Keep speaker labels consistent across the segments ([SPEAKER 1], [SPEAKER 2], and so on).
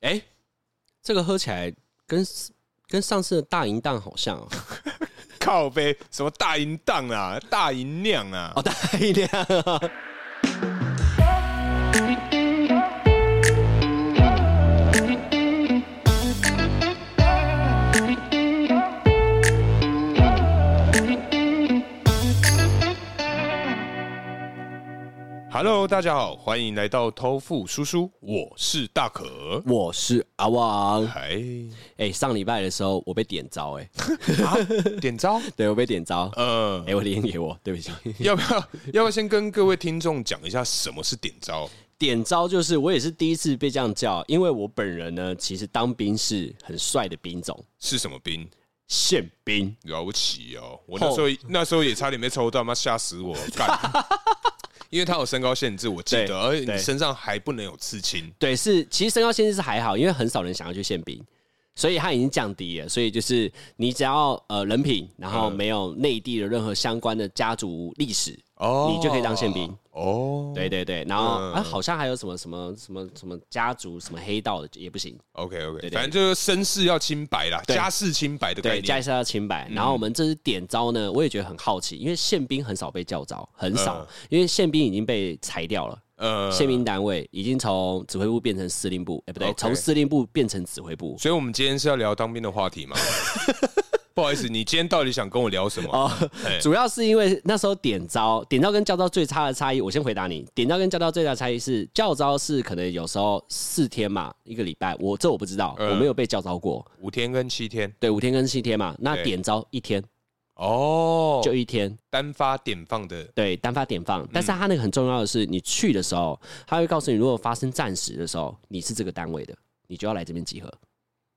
[SPEAKER 1] 哎、这个喝起来跟跟上次的大银蛋好像哦，
[SPEAKER 2] 靠呗，什么大银档啊，大银酿啊，
[SPEAKER 1] 哦大银蛋、
[SPEAKER 2] Hello，大家好，欢迎来到偷富叔叔，我是大可。
[SPEAKER 1] 我是阿旺。
[SPEAKER 2] 哎，
[SPEAKER 1] 哎、上礼拜的时候我被点招、哎，
[SPEAKER 2] 啊， 点招，
[SPEAKER 1] 对我被点招，
[SPEAKER 2] 呃
[SPEAKER 1] 哎、，我连给我，对不起。
[SPEAKER 2] 要不要要不要先跟各位听众讲一下什么是点招？
[SPEAKER 1] 点招就是我也是第一次被这样叫，因为我本人呢，其实当兵是很帅的兵种，
[SPEAKER 2] 是什么兵？
[SPEAKER 1] 宪兵。
[SPEAKER 2] 了不起哦！我那时候那时候也差点被抽到，妈吓 死我！干，因为他有身高限制，我记
[SPEAKER 1] 对
[SPEAKER 2] 得，而且
[SPEAKER 1] 对
[SPEAKER 2] 你身上还不能有刺青。
[SPEAKER 1] 对，是其实身高限制是还好，因为很少人想要去宪兵，所以它已经降低了。所以就是你只要呃人品，然后没有内地的任何相关的家族历史，
[SPEAKER 2] 哦
[SPEAKER 1] 你就可以当宪兵。
[SPEAKER 2] 哦。
[SPEAKER 1] 对对对，然后、啊好像还有什么什么什么什么家族什么黑道的也不行，
[SPEAKER 2] OK
[SPEAKER 1] 对
[SPEAKER 2] OK，
[SPEAKER 1] 对
[SPEAKER 2] 反正就是身世要清白啦，
[SPEAKER 1] 对
[SPEAKER 2] 家世清白的概
[SPEAKER 1] 对，加一
[SPEAKER 2] 念。
[SPEAKER 1] 下要清
[SPEAKER 2] 嗯
[SPEAKER 1] 白。然后我们这次点招呢，我也觉得很好奇，因为宪兵很少被叫招，很少，
[SPEAKER 2] 嗯
[SPEAKER 1] 因为宪兵已经被裁掉了。
[SPEAKER 2] 呃，
[SPEAKER 1] 宪兵单位已经从指挥部变成司令部，哎、不对，
[SPEAKER 2] OK
[SPEAKER 1] 从司令部变成指挥部。
[SPEAKER 2] 所以我们今天是要聊当兵的话 题吗？不好意思，你今天到底想跟我聊什么？
[SPEAKER 1] 哦
[SPEAKER 2] 哎，
[SPEAKER 1] 主要是因为那时候点招，点招跟教招最差的差异，我先回答你。点招跟教招最大的差异是，教招是可能有时候四天嘛，一个礼拜，我这我不知道，
[SPEAKER 2] 嗯
[SPEAKER 1] 我没有被教招过。
[SPEAKER 2] 五天跟七天
[SPEAKER 1] 对，五天跟七天嘛，那
[SPEAKER 2] 对
[SPEAKER 1] 点招一天
[SPEAKER 2] 哦，
[SPEAKER 1] 就一天，
[SPEAKER 2] 单发点放的
[SPEAKER 1] 对，单发点放。
[SPEAKER 2] 嗯
[SPEAKER 1] 但是它那个很重要的是，你去的时候，他会告诉你，如果发生战时的时候，你是这个单位的，你就要来这边集合。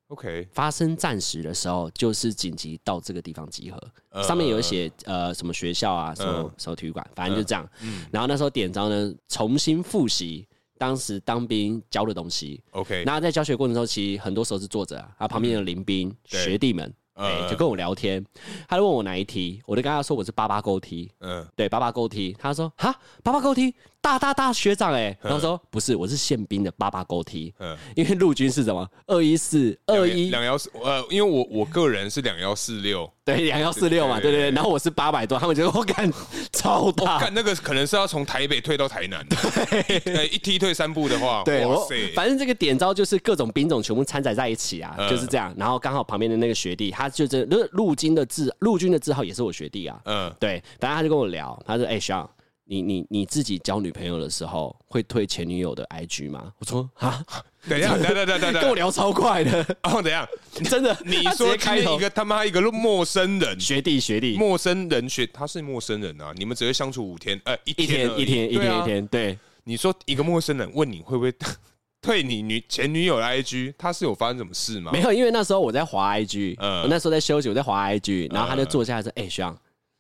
[SPEAKER 2] OK
[SPEAKER 1] 发生战时的时候，就是紧急到这个地方集合。
[SPEAKER 2] 呃
[SPEAKER 1] 上面有写呃什么学校啊，什么、
[SPEAKER 2] 嗯
[SPEAKER 1] 什么体育馆，反正就这样。然后那时候点招呢，重新复习当时当兵教的东西。
[SPEAKER 2] OK，
[SPEAKER 1] 那在教学过程中，其实很多时候是坐着啊，啊旁边的林兵、
[SPEAKER 2] 嗯对
[SPEAKER 1] 学弟们，哎、
[SPEAKER 2] 嗯
[SPEAKER 1] 就跟我聊天。他就问我哪一梯，我就跟他说我是八八勾梯。
[SPEAKER 2] 嗯，
[SPEAKER 1] 对，八八勾梯，他说哈，八八勾梯，大大大学长哎、然后说不是，我是宪兵的八八勾梯，
[SPEAKER 2] 嗯
[SPEAKER 1] 因为陆军是什么二一四二一
[SPEAKER 2] 两幺四呃，因为我我个人是两幺四六，
[SPEAKER 1] 对，两幺四六嘛，对
[SPEAKER 2] 对
[SPEAKER 1] 对
[SPEAKER 2] 对
[SPEAKER 1] 对。然后我是八百多，他们就我干 超大
[SPEAKER 2] 干，那个可能是要从台北退到台南，对， 一踢退三步的话，
[SPEAKER 1] 对
[SPEAKER 2] 哇
[SPEAKER 1] 我
[SPEAKER 2] 塞，
[SPEAKER 1] 反正这个点招就是各种兵种全部掺杂在一起啊，
[SPEAKER 2] 嗯
[SPEAKER 1] 就是这样。然后刚好旁边的那个学弟，他就这陆陆军的字，陆军的字号也是我学弟啊，
[SPEAKER 2] 嗯，
[SPEAKER 1] 对。反正他就跟我聊，他说：“哎、小杨，你你你自己交女朋友的时候会退前女友的 IG 吗？”我说：“啊，
[SPEAKER 2] 等一 下，等等等等
[SPEAKER 1] 跟我
[SPEAKER 2] 等，
[SPEAKER 1] 聊超快 的，
[SPEAKER 2] 哦，等一下，
[SPEAKER 1] 真的。”
[SPEAKER 2] 你
[SPEAKER 1] 他直接
[SPEAKER 2] 说今
[SPEAKER 1] 开
[SPEAKER 2] 天
[SPEAKER 1] 头
[SPEAKER 2] 一个他妈一个陌生人，
[SPEAKER 1] 学弟学弟。
[SPEAKER 2] 陌生人学他是陌生人啊，你们只会相处五天，呃，一
[SPEAKER 1] 一天
[SPEAKER 2] 而已
[SPEAKER 1] 一天一
[SPEAKER 2] 对
[SPEAKER 1] 天
[SPEAKER 2] 啊
[SPEAKER 1] 一天，对，
[SPEAKER 2] 你说一个陌生人问你会不 会退你女前女友的 IG，他是有发生什么事吗
[SPEAKER 1] 没？有，因为那时候我在滑 IG，、
[SPEAKER 2] 嗯
[SPEAKER 1] 我那时候在休息，我在滑 IG，然后他就
[SPEAKER 2] 嗯
[SPEAKER 1] 坐下来说：“哎、学长，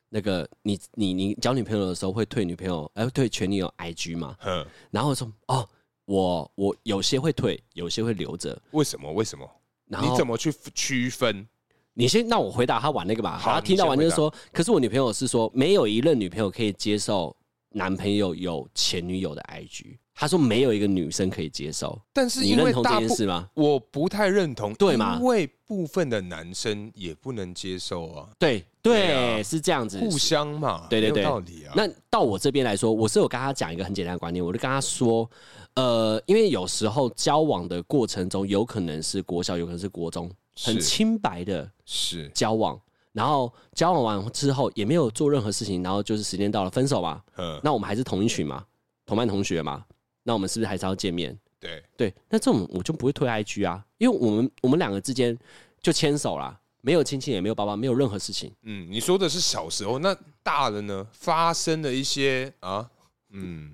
[SPEAKER 1] 那个你你你交女朋友的时候会退女朋友，哎、退前女友 IG 吗
[SPEAKER 2] 嗯，？”
[SPEAKER 1] 然后我说：“哦，我我有些会退，有些会留着。
[SPEAKER 2] 为什么？为什么？”
[SPEAKER 1] 然后
[SPEAKER 2] 你怎么去区分？
[SPEAKER 1] 你先让我回答他玩那个吧。
[SPEAKER 2] 好
[SPEAKER 1] 然后听到完就是说，可是我女朋友是说，没有一任女朋友可以接受男朋友有前女友的 IG。他说没有一个女生可以接受，
[SPEAKER 2] 但是
[SPEAKER 1] 你
[SPEAKER 2] 因为
[SPEAKER 1] 认同
[SPEAKER 2] 大
[SPEAKER 1] 这件
[SPEAKER 2] 部
[SPEAKER 1] 事吗？
[SPEAKER 2] 我不太认同，
[SPEAKER 1] 对嘛
[SPEAKER 2] 因为部分的男生也不能接受啊，
[SPEAKER 1] 对对，
[SPEAKER 2] 对啊
[SPEAKER 1] 是这样子，
[SPEAKER 2] 互相嘛，
[SPEAKER 1] 对对
[SPEAKER 2] 没
[SPEAKER 1] 对，
[SPEAKER 2] 有道理啊。
[SPEAKER 1] 那到我这边来说，我是有跟他讲一个很简单的观念，我就跟他说，呃，因为有时候交往的过程中，有可能是国小，有可能是国中，
[SPEAKER 2] 是
[SPEAKER 1] 很清白的
[SPEAKER 2] 是
[SPEAKER 1] 交往，然后交往完之后也没有做任何事情，然后就是时间到了分手嘛，
[SPEAKER 2] 嗯，
[SPEAKER 1] 那我们还是同一群嘛，同班同学嘛，那我们是不是还是要见面？
[SPEAKER 2] 对，
[SPEAKER 1] 对，那这种我就不会推 IG 啊，因为我们我们两个之间就牵手啦，没有亲亲也没有抱抱，没有任何事情。
[SPEAKER 2] 嗯，你说的是小时候，那大人呢？发生了一些啊， 嗯，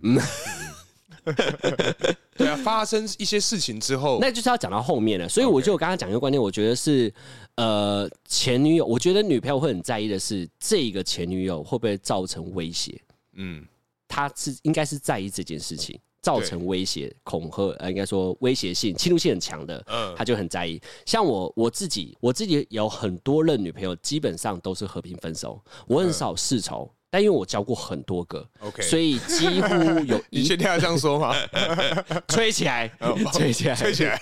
[SPEAKER 2] 对啊，发生一些事情之后，
[SPEAKER 1] 那就是要讲到后面了。所以我就刚刚讲一个观念，我觉得是，呃，前女友，我觉得女朋友会很在意的是，这个前女友会不会造成威胁？
[SPEAKER 2] 嗯，
[SPEAKER 1] 她是应该是在意这件事情，造成威胁、恐吓，呃，应该说威胁性、侵入性很强的，
[SPEAKER 2] 嗯
[SPEAKER 1] 她就很在意。像我我自己，我自己有很多任女朋友，基本上都是和平分手，我很少世仇。但因为我教过很多个
[SPEAKER 2] 嗯 OK
[SPEAKER 1] 所以几乎 有
[SPEAKER 2] 你
[SPEAKER 1] 一
[SPEAKER 2] 确定要这样说吗？ 哦
[SPEAKER 1] 吹起来， 吹起来，
[SPEAKER 2] 吹起来，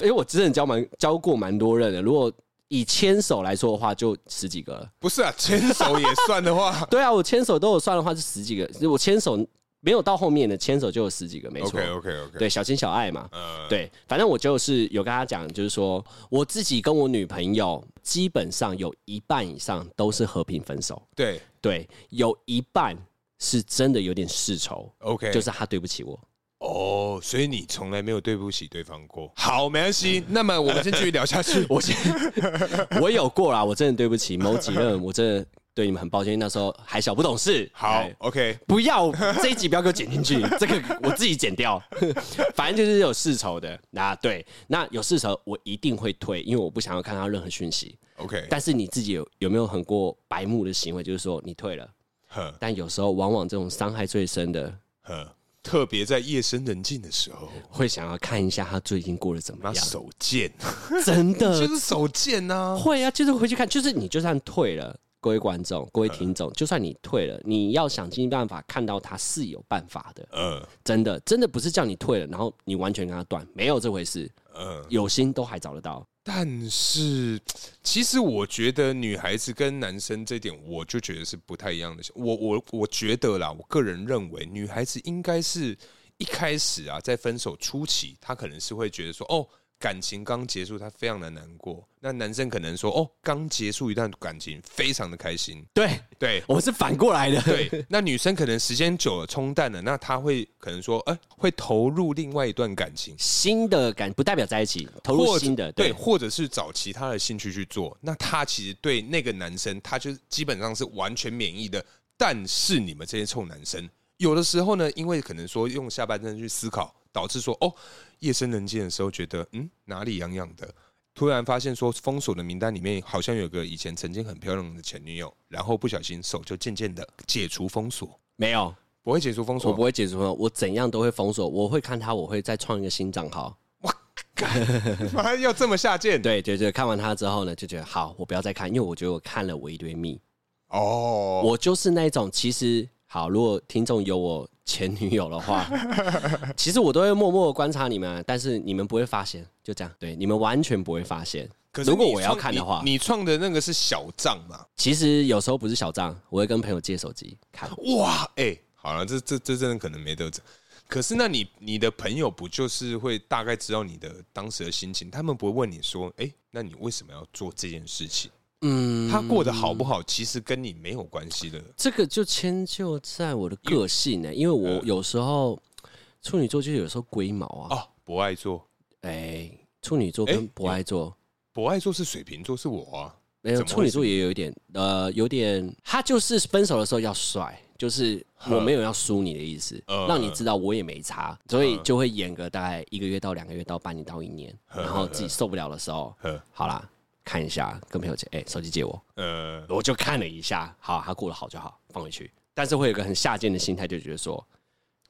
[SPEAKER 1] 因为我真的教蛮教过蛮多人的，如果以牵手来说的话，就十几个了。
[SPEAKER 2] 不是啊，牵手也算的话
[SPEAKER 1] 对啊，我牵手都有算的话，是十几个。我牵手没有到后面的牵手就有十几个， 没错。
[SPEAKER 2] ，OK OK OK，，
[SPEAKER 1] 对，小情小爱嘛。
[SPEAKER 2] 呃，
[SPEAKER 1] 对，反正我就是有跟他讲，就是说我自己跟我女朋友基本上有一半以上都是和平分手，
[SPEAKER 2] 对
[SPEAKER 1] 对，有一半是真的有点世仇，
[SPEAKER 2] ，OK，
[SPEAKER 1] 就是他对不起我。
[SPEAKER 2] 哦，所以你从来没有对不起对方过。好，没关系。那么我们先继续聊下去。
[SPEAKER 1] 我先我有过啦，我真的对不起某几任，我真的对你们很抱歉，那时候还小不懂事。
[SPEAKER 2] 好
[SPEAKER 1] 哎
[SPEAKER 2] ，OK，
[SPEAKER 1] 不要这一集不要给我剪进去，这个我自己剪掉。反正就是有世仇的，那对，那有世仇我一定会退，因为我不想要看到任何讯息。
[SPEAKER 2] OK，
[SPEAKER 1] 但是你自己有有没有很过白目的行为，就是说你退了，
[SPEAKER 2] 呵
[SPEAKER 1] 但有时候往往这种伤害最深的，
[SPEAKER 2] 呵，特别在夜深人静的时候，
[SPEAKER 1] 会想要看一下他最近过得怎么
[SPEAKER 2] 拿
[SPEAKER 1] 样，
[SPEAKER 2] 手贱，
[SPEAKER 1] 真
[SPEAKER 2] 就
[SPEAKER 1] 的
[SPEAKER 2] 是手贱呐。
[SPEAKER 1] 会啊，就是回去看，就是你就算退了。各位观众，各位听众，就算你退了，你要想尽办法看到他是有办法的，
[SPEAKER 2] 嗯
[SPEAKER 1] 真的，真的不是叫你退了，然后你完全跟他断，没有这回事，
[SPEAKER 2] 嗯，
[SPEAKER 1] 有心都还找得到。
[SPEAKER 2] 但是其实我觉得女孩子跟男生这点，我就觉得是不太一样的。我我我觉得啦，我个人认为，女孩子应该是一开始啊，在分手初期，她可能是会觉得说，哦，感情刚结束，她非常的难过。那男生可能说，哦，刚结束一段感情，非常的开心。
[SPEAKER 1] 对，
[SPEAKER 2] 对，
[SPEAKER 1] 我是反过来的。
[SPEAKER 2] 对，那女生可能时间久了冲淡了，那她会可能说，哎、会投入另外一段感情，
[SPEAKER 1] 新的感不代表在一起，投入
[SPEAKER 2] 或者
[SPEAKER 1] 新的，
[SPEAKER 2] 对，
[SPEAKER 1] 对
[SPEAKER 2] 或者是找其他的兴趣去做。那她其实对那个男生，她就基本上是完全免疫的。但是你们这些臭男生，有的时候呢，因为可能说用下半身去思考，导致说哦，夜深人静的时候觉得嗯哪里痒痒的。突然发现说封锁的名单里面好像有个以前曾经很漂亮的前女友，然后不小心手就渐渐的解除封锁，
[SPEAKER 1] 没有，
[SPEAKER 2] 不会解除封锁
[SPEAKER 1] 我
[SPEAKER 2] 吗
[SPEAKER 1] 不会解除朋友，我怎样都会封锁，我会看他，我会再创一个新账号。
[SPEAKER 2] 妈要这么下贱？
[SPEAKER 1] 对对对，看完他之后呢，就觉得好，我不要再看，因为我觉得我看了我一堆蜜，
[SPEAKER 2] 哦，
[SPEAKER 1] 我就是那一种其实好，如果听众有我前女友的 话，其实我都会默默地观察你们啊，但是你们不会发现，就这样，对，你们完全不会发现。
[SPEAKER 2] 可是
[SPEAKER 1] 如果
[SPEAKER 2] 你
[SPEAKER 1] 我要
[SPEAKER 2] 创
[SPEAKER 1] 看的
[SPEAKER 2] 你
[SPEAKER 1] 话，
[SPEAKER 2] 你创的那个是小账嘛？
[SPEAKER 1] 其实有时候不是小账，我会跟朋友借手机看。
[SPEAKER 2] 哇，哎、好了，这这这真的可能没得整。可是那你你的朋友不就是会大概知道你的当时的心情？他们不会问你说，哎、那你为什么要做这件事情？
[SPEAKER 1] 嗯，
[SPEAKER 2] 他过得好不好，其实跟你没有关系的。
[SPEAKER 1] 这个就迁就在我的个性呢、因为我有时候处女座就有时候龟毛啊，
[SPEAKER 2] 哦，不爱做，
[SPEAKER 1] 哎、处女座跟
[SPEAKER 2] 哎
[SPEAKER 1] 不爱座，
[SPEAKER 2] 不爱做是水瓶座，是我啊。
[SPEAKER 1] 没有
[SPEAKER 2] 怎么
[SPEAKER 1] 处
[SPEAKER 2] 会
[SPEAKER 1] 女座也有一点，呃，有点，他就是分手的时候要帅，就是
[SPEAKER 2] 嗯
[SPEAKER 1] 我没有要输你的意思，
[SPEAKER 2] 呃
[SPEAKER 1] 让你知道我也没差，所
[SPEAKER 2] 嗯
[SPEAKER 1] 以就会演个大概一个月到两个月到半年到一年，然后自己受不了的时候，
[SPEAKER 2] 呃
[SPEAKER 1] 好啦，看一下，跟朋友借，哎、手机借我，
[SPEAKER 2] 呃，
[SPEAKER 1] 我就看了一下，好，他过得好就好，放回去。但是会有一个很下贱的心态，就觉得说，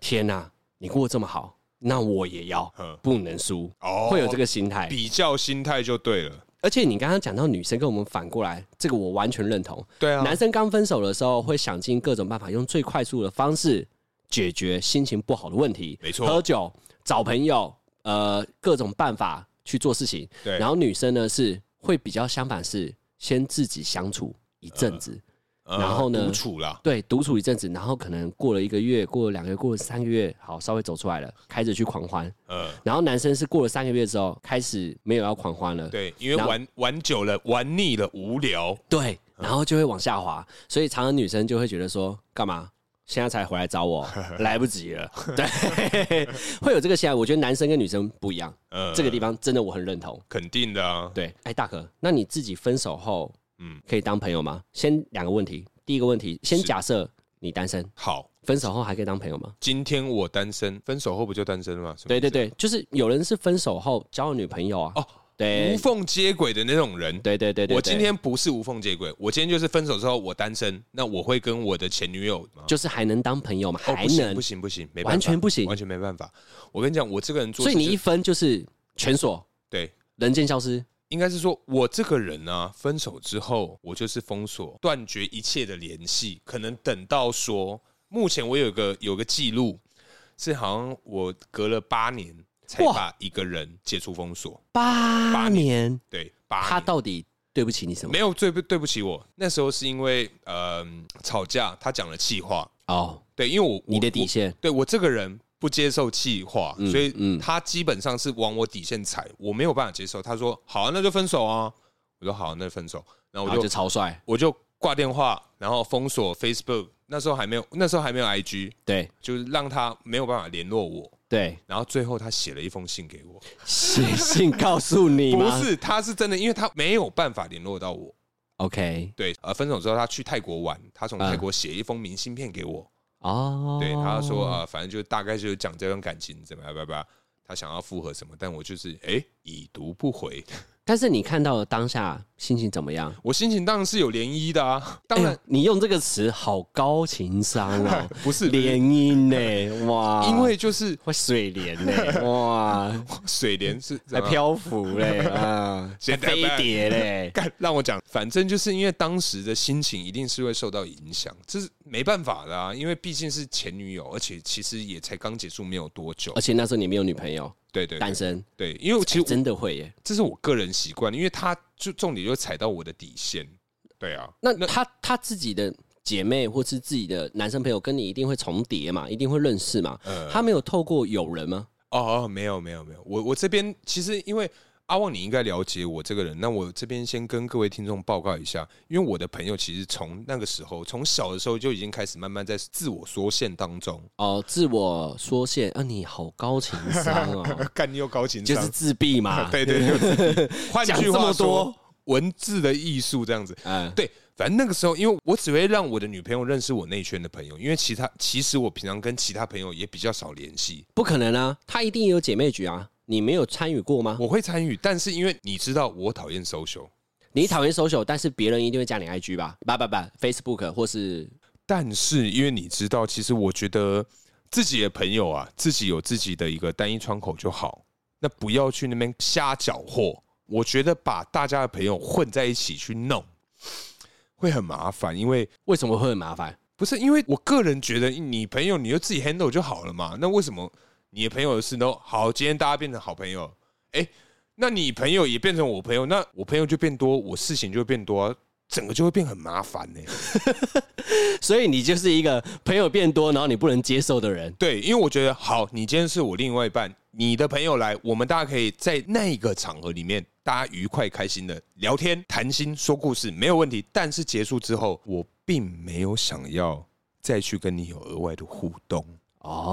[SPEAKER 1] 天呐，你过得这么好，那我也要
[SPEAKER 2] 嗯，
[SPEAKER 1] 不能输，
[SPEAKER 2] 哦
[SPEAKER 1] 会有这个心态。
[SPEAKER 2] 比较心态就对了。
[SPEAKER 1] 而且你刚刚讲到女生跟我们反过来，这个我完全认同。
[SPEAKER 2] 对啊，
[SPEAKER 1] 男生刚分手的时候，会想尽各种办法，用最快速的方式解决心情不好的问题，
[SPEAKER 2] 没错
[SPEAKER 1] 喝酒、找朋友，呃，各种办法去做事情。
[SPEAKER 2] 对
[SPEAKER 1] 然后女生呢是会比较相反是，先自己相处一阵子，
[SPEAKER 2] 呃
[SPEAKER 1] 然后呢
[SPEAKER 2] 独处啦，
[SPEAKER 1] 对，独处一阵子，然后可能过了一个月，过了两个月，过了三个月，好，稍微走出来了，开始去狂欢。
[SPEAKER 2] 呃，
[SPEAKER 1] 然后男生是过了三个月之后，开始没有要狂欢了，
[SPEAKER 2] 对，因为
[SPEAKER 1] 然后
[SPEAKER 2] 玩玩久了，玩腻了，无聊，
[SPEAKER 1] 对，
[SPEAKER 2] 嗯
[SPEAKER 1] 然后就会往下滑，所以常常女生就会觉得说，干嘛现在才回来找 我，来不及了。对， 会有这个现象。我觉得男生跟女生不一样，
[SPEAKER 2] 呃，
[SPEAKER 1] 这个地方真的我很认同。
[SPEAKER 2] 肯定的啊，
[SPEAKER 1] 对，哎，大哥，那你自己分手后，嗯
[SPEAKER 2] 嗯，
[SPEAKER 1] 可以当朋友吗？先两个问题，第一个问题，先
[SPEAKER 2] 是
[SPEAKER 1] 假设你单身，
[SPEAKER 2] 好，
[SPEAKER 1] 分手后还可以当朋友吗？
[SPEAKER 2] 今天我单身，分手后不就单身了吗？什么
[SPEAKER 1] 对
[SPEAKER 2] 意思
[SPEAKER 1] 对，对，就是有人是分手后交了女朋友啊，
[SPEAKER 2] 哦
[SPEAKER 1] 对
[SPEAKER 2] 无缝接轨的那种人。
[SPEAKER 1] 对对对对，
[SPEAKER 2] 我
[SPEAKER 1] 对
[SPEAKER 2] 今天不是无缝接轨，我今天就是分手之后我单身，那我会跟我的前女友吗？
[SPEAKER 1] 就是还能当朋友吗？
[SPEAKER 2] 哦，
[SPEAKER 1] 还
[SPEAKER 2] 不行
[SPEAKER 1] 能
[SPEAKER 2] 不，行不行，没办法
[SPEAKER 1] 完全不行
[SPEAKER 2] 完，全没办法。我跟你讲，我这个人做
[SPEAKER 1] 所
[SPEAKER 2] 事
[SPEAKER 1] 以
[SPEAKER 2] 就，
[SPEAKER 1] 你一分就是全锁，
[SPEAKER 2] 对
[SPEAKER 1] 人间消失，
[SPEAKER 2] 应该是说，我这个人呢、啊分手之后，我就是封锁、断绝一切的联系。可能等到说，目前我有个有个记录，是好像我隔了八年才
[SPEAKER 1] 哇
[SPEAKER 2] 把一个人解除封锁。
[SPEAKER 1] 八年，
[SPEAKER 2] 对，八年
[SPEAKER 1] 他到底对不起你什么
[SPEAKER 2] 没？有对不对不起我，那时候是因为呃吵架，他讲了气话。
[SPEAKER 1] 哦，
[SPEAKER 2] 对，因为我
[SPEAKER 1] 你的
[SPEAKER 2] 我
[SPEAKER 1] 底线
[SPEAKER 2] 对我这个人不接受气话，
[SPEAKER 1] 嗯
[SPEAKER 2] 所以
[SPEAKER 1] 嗯
[SPEAKER 2] 他基本上是往我底线踩，我没有办法接受。他说：“好、啊，那就分手啊。”我说：“好，那分手。”然
[SPEAKER 1] 然
[SPEAKER 2] 后我
[SPEAKER 1] 后
[SPEAKER 2] 就
[SPEAKER 1] 就超帅，
[SPEAKER 2] 我就挂电话，然后封锁 Facebook。那时候还没有，那时候还没有 IG，
[SPEAKER 1] 对
[SPEAKER 2] 就是让他没有办法联络我。
[SPEAKER 1] 对，
[SPEAKER 2] 然后最后他写了一封信给我，
[SPEAKER 1] 写信告诉你
[SPEAKER 2] 不
[SPEAKER 1] 吗
[SPEAKER 2] 是，他是真的，因为他没有办法联络到我。
[SPEAKER 1] ？OK，
[SPEAKER 2] 对，呃，分手之后他去泰国玩，他从
[SPEAKER 1] 嗯
[SPEAKER 2] 泰国写一封明信片给我，
[SPEAKER 1] 哦，
[SPEAKER 2] 对，他说啊、呃反正就大概就是讲这段感情怎么样，吧吧，他想要复合什么，但我就是哎、诶已读不回，
[SPEAKER 1] 但是你看到的当下心情怎么样？
[SPEAKER 2] 我心情当然是有涟漪的啊，当然、
[SPEAKER 1] 哎呦你用这个词好高情商哦，
[SPEAKER 2] 不 是
[SPEAKER 1] 联姻呢，哇，
[SPEAKER 2] 因为就是
[SPEAKER 1] 会水莲呢， 哇，
[SPEAKER 2] 水莲是怎
[SPEAKER 1] 还
[SPEAKER 2] 么样
[SPEAKER 1] 漂浮嘞，啊，
[SPEAKER 2] 现
[SPEAKER 1] 还
[SPEAKER 2] 在
[SPEAKER 1] 飞碟嘞，
[SPEAKER 2] 干让我讲，反正就是因为当时的心情一定是会受到影响，这是没办法的啊，因为毕竟是前女友，而且其实也才刚结束没有多久
[SPEAKER 1] 而，且那时候你没有女朋友，
[SPEAKER 2] 对对
[SPEAKER 1] 单
[SPEAKER 2] 对
[SPEAKER 1] 身，哎
[SPEAKER 2] 对，因为其实我
[SPEAKER 1] 真的会耶。
[SPEAKER 2] 这是我个人习惯，因为他就重点就踩到我的底线。对啊，
[SPEAKER 1] 那他他自己的姐妹或是自己的男生朋友跟你一定会重叠嘛，一定会认识嘛，
[SPEAKER 2] 呃，
[SPEAKER 1] 他没有透过友人吗？
[SPEAKER 2] 哦哦，没有没有没有，我我这边其实因为阿旺你应该了解我这个人，那我这边先跟各位听众报告一下，因为我的朋友其实从那个时候，从小的时候就已经开始慢慢在自我缩限当中，，
[SPEAKER 1] 哦，自我缩限啊，你好高情商哦
[SPEAKER 2] 干又高情
[SPEAKER 1] 就是自闭嘛，
[SPEAKER 2] 对对对，换
[SPEAKER 1] 讲
[SPEAKER 2] 句
[SPEAKER 1] 这
[SPEAKER 2] 话
[SPEAKER 1] 么
[SPEAKER 2] 说
[SPEAKER 1] 多，
[SPEAKER 2] 文字的艺术这样子，
[SPEAKER 1] 嗯，
[SPEAKER 2] 对，反正那个时候，因为我只会让我的女朋友认识我那一圈的朋友，因为其他其实我平常跟其他朋友也比较少联系。
[SPEAKER 1] 不可能啊，他一定也有姐妹局啊，你没有参与过吗？
[SPEAKER 2] 我会参与，但是因为你知道我讨厌 social，
[SPEAKER 1] 你讨厌 social，但是别人一定会加你 IG 吧？不不不，Facebook 或是
[SPEAKER 2] 但是因为你知道，其实我觉得自己的朋友啊，自己有自己的一个单一窗口就好，那不要去那边瞎搅和。我觉得把大家的朋友混在一起去弄，会很麻烦，因为
[SPEAKER 1] 为什么会很麻烦？
[SPEAKER 2] 不是因为我个人觉得你朋友你就自己 handle 就好了嘛，那为什么你的朋友的事都好？今天大家变成好朋友，哎、那你朋友也变成我朋友，那我朋友就变多，我事情就会变多啊、整个就会变很麻烦呢、
[SPEAKER 1] 所以你就是一个朋友变多，然后你不能接受的人。
[SPEAKER 2] 对，因为我觉得好，你今天是我另外一半，你的朋友来，我们大家可以在那一个场合里面，大家愉快开心的聊天、谈心、说故事，没有问题。但是结束之后，我并没有想要再去跟你有额外的互动。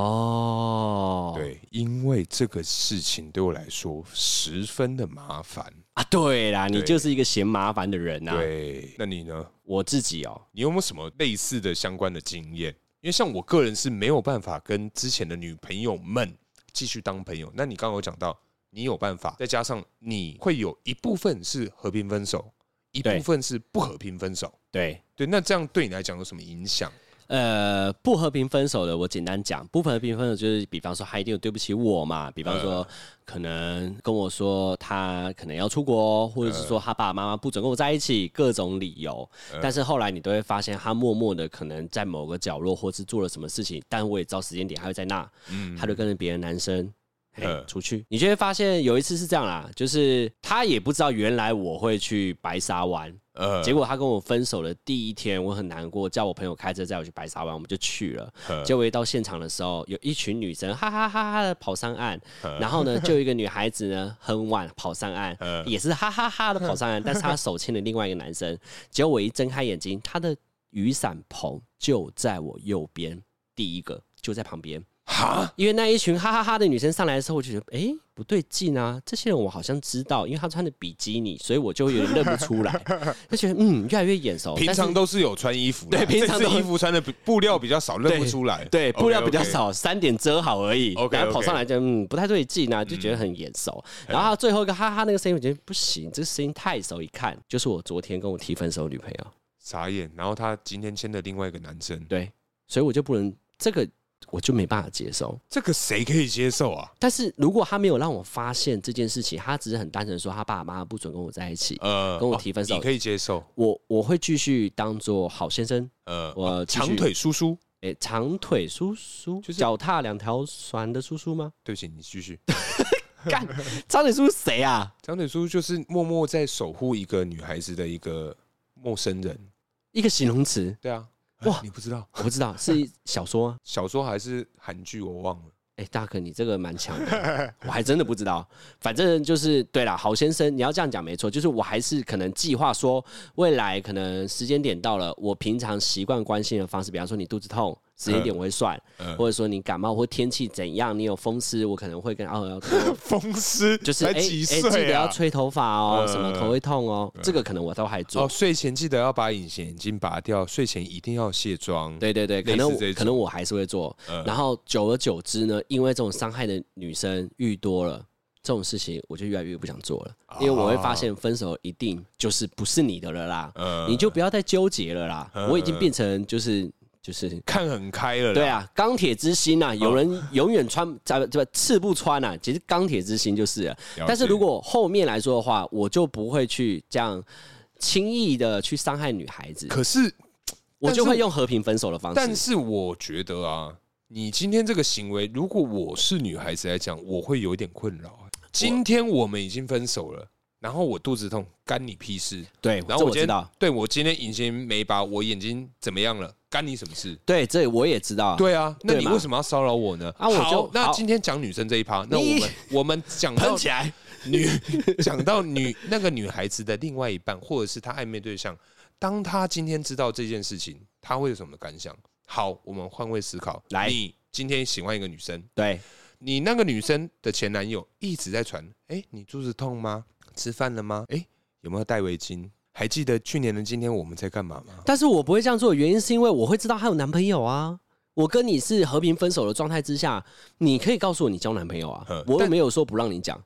[SPEAKER 1] 哦，
[SPEAKER 2] 对，因为这个事情对我来说十分的麻烦。
[SPEAKER 1] 啊，对啦，你
[SPEAKER 2] 对
[SPEAKER 1] 就是一个嫌麻烦的人啊呐、
[SPEAKER 2] 对，那你呢？
[SPEAKER 1] 我自己哦，
[SPEAKER 2] 你有没有什么类似的相关的经验？因为像我个人是没有办法跟之前的女朋友们继续当朋友。那你刚刚有讲到，你有办法，再加上你会有一部分是和平分手，一
[SPEAKER 1] 对
[SPEAKER 2] 部分是不和平分手。
[SPEAKER 1] 对，
[SPEAKER 2] 对，那这样对你来讲有什么影响？
[SPEAKER 1] 呃，不和平分手的，我简单讲，不和平分手就是，比方说他一定有对不起我嘛，比方说、可能跟我说他可能要出国，或者是说他爸爸妈妈不准跟我在一起，各种理由。但是后来你都会发现，他默默的可能在某个角落，或是做了什么事情，但我也知道时间点他会在那，
[SPEAKER 2] 嗯
[SPEAKER 1] 他就跟着别的男生。嘿
[SPEAKER 2] 嗯
[SPEAKER 1] 出去，你就会发现有一次是这样啦，就是他也不知道原来我会去白沙湾，
[SPEAKER 2] 呃
[SPEAKER 1] 结果他跟我分手的第一天，我很难过，叫我朋友开车载我去白沙湾，我们就去了。
[SPEAKER 2] 呃
[SPEAKER 1] 结果一到现场的时候，有一群女生哈哈哈哈的跑上岸，
[SPEAKER 2] 呃
[SPEAKER 1] 然后呢，就有一个女孩子呢很晚跑上岸
[SPEAKER 2] 呃，
[SPEAKER 1] 也是哈哈哈的跑上岸，但是她手牵了另外一个男生。结果我一睁开眼睛，她的雨伞棚就在我右边，第一个就在旁边。
[SPEAKER 2] 哈，
[SPEAKER 1] 因为那一群哈哈哈的女生上来的时候，我就觉得，哎、不对劲啊！这些人我好像知道，因为她穿的比基尼，所以我就有点认不出 来，就觉得嗯，越来越眼熟。
[SPEAKER 2] 平
[SPEAKER 1] 但
[SPEAKER 2] 常
[SPEAKER 1] 是
[SPEAKER 2] 都是有穿衣服啦，
[SPEAKER 1] 对平常
[SPEAKER 2] 这次
[SPEAKER 1] 都
[SPEAKER 2] 衣 服穿的布料比较少，认不出来。
[SPEAKER 1] 对
[SPEAKER 2] OK，
[SPEAKER 1] 布料比较
[SPEAKER 2] OK
[SPEAKER 1] 少，三点遮好而已。
[SPEAKER 2] OK，OK
[SPEAKER 1] 然后跑上来就嗯不太对劲啊，就觉得很眼熟。然后她最后一个哈哈那个声音，我觉得不行，这声音太熟，一看就是我昨天跟我提分手的女朋友。
[SPEAKER 2] 傻眼。然后他今天签的另外一个男生，
[SPEAKER 1] 对，所以我就不能这个我就没办法接受。
[SPEAKER 2] 这个谁可以接受啊？
[SPEAKER 1] 但是如果他没有让我发现这件事情，他只是很单纯地说他爸爸妈妈不准跟我在一起，
[SPEAKER 2] 呃，
[SPEAKER 1] 跟我
[SPEAKER 2] 哦
[SPEAKER 1] 提分手
[SPEAKER 2] 你可以接受？
[SPEAKER 1] 我我会继续当做好先生，
[SPEAKER 2] 呃，
[SPEAKER 1] 我
[SPEAKER 2] 哦
[SPEAKER 1] 继续
[SPEAKER 2] 长腿叔叔，
[SPEAKER 1] 诶、长腿叔叔，
[SPEAKER 2] 就是
[SPEAKER 1] 脚踏两条船的叔叔吗？
[SPEAKER 2] 对不起，你继续。
[SPEAKER 1] 干，长腿叔叔谁啊？
[SPEAKER 2] 长腿叔叔就是默默在守护一个女孩子的一个陌生人。
[SPEAKER 1] 一个形容词，
[SPEAKER 2] 对啊，
[SPEAKER 1] 哇
[SPEAKER 2] 哇，你不知道
[SPEAKER 1] 我不知道是小说啊。
[SPEAKER 2] 小说还是韩剧，我忘了。
[SPEAKER 1] 哎、大哥，你这个蛮强的，我还真的不知道。反正就是对啦，好先生，你要这样讲没错，就是我还是可能计划说，未来可能时间点到了，我平常习惯关心的方式，比方说你肚子痛，时间点我会算，
[SPEAKER 2] 嗯
[SPEAKER 1] 或者说你感冒或天气怎样，你有风湿，我可能会跟哦要多
[SPEAKER 2] 风湿
[SPEAKER 1] 就是哎
[SPEAKER 2] 才
[SPEAKER 1] 哎、
[SPEAKER 2] 几
[SPEAKER 1] 记得
[SPEAKER 2] 岁
[SPEAKER 1] 要
[SPEAKER 2] 啊？
[SPEAKER 1] 吹头发哦，
[SPEAKER 2] 嗯
[SPEAKER 1] 什么头会痛哦，这个可能我都还做。
[SPEAKER 2] 哦，睡前记得要把隐形眼镜拔掉，睡前一定要卸妆。
[SPEAKER 1] 对对对，可
[SPEAKER 2] 类似
[SPEAKER 1] 能
[SPEAKER 2] 这
[SPEAKER 1] 我
[SPEAKER 2] 种
[SPEAKER 1] 可能我还是会做。
[SPEAKER 2] 嗯
[SPEAKER 1] 然后久而久之呢，因为这种伤害的女生遇多了。这种事情我就越来越不想做了，
[SPEAKER 2] 啊
[SPEAKER 1] 因为我会发现分手一定就是不是你的了啦，
[SPEAKER 2] 呃
[SPEAKER 1] 你就不要再纠结了啦。
[SPEAKER 2] 嗯啊
[SPEAKER 1] 我已经变成就是就是
[SPEAKER 2] 看很开了。
[SPEAKER 1] 对，啊，钢铁之心呐、有
[SPEAKER 2] 哦
[SPEAKER 1] 人永远穿这这刺不穿呐、啊其实钢铁之心就是啊了
[SPEAKER 2] 了解
[SPEAKER 1] 但是如果后面来说的话，我就不会去这样轻易的去伤害女孩子，
[SPEAKER 2] 可是
[SPEAKER 1] 我
[SPEAKER 2] 但
[SPEAKER 1] 就是会用和平分手的方
[SPEAKER 2] 但
[SPEAKER 1] 式。
[SPEAKER 2] 是我觉得啊，你今天这个行为，如果我是女孩子来讲，我会有一点困扰啊。今天我们已经分手了，然后我肚子痛，干你屁事。
[SPEAKER 1] 对，
[SPEAKER 2] 然
[SPEAKER 1] 哦这
[SPEAKER 2] 后
[SPEAKER 1] 我
[SPEAKER 2] 我今
[SPEAKER 1] 知
[SPEAKER 2] 天
[SPEAKER 1] 道，
[SPEAKER 2] 对我今天隐形没拔，我眼睛怎么样了，干你什么事？
[SPEAKER 1] 对，这我也知道。，
[SPEAKER 2] 对啊，那
[SPEAKER 1] 对
[SPEAKER 2] 你
[SPEAKER 1] 嘛
[SPEAKER 2] 为什么要骚扰我呢？
[SPEAKER 1] 啊我就
[SPEAKER 2] 好那
[SPEAKER 1] 好
[SPEAKER 2] 今天讲女生这一趴，那我
[SPEAKER 1] 你
[SPEAKER 2] 们我们讲
[SPEAKER 1] 喷
[SPEAKER 2] 到
[SPEAKER 1] 起来。
[SPEAKER 2] 女 讲到女那个女孩子的另外一半，或者是她暧昧对象，当她今天知道这件事情，她会有什么感想？好，我们换位思考。
[SPEAKER 1] 来
[SPEAKER 2] 你今天喜欢一个女生，
[SPEAKER 1] 对，
[SPEAKER 2] 你那个女生的前男友一直在传，哎、你肚子痛吗？吃饭了吗？哎、有没有带围巾？还记得去年的今天我们在干嘛吗？
[SPEAKER 1] 但是我不会这样做的原因是因为我会知道她有男朋友啊。我跟你是和平分手的状态之下，你可以告诉我你交男朋友啊
[SPEAKER 2] 嗯，
[SPEAKER 1] 我又
[SPEAKER 2] 但
[SPEAKER 1] 没有说不让你讲，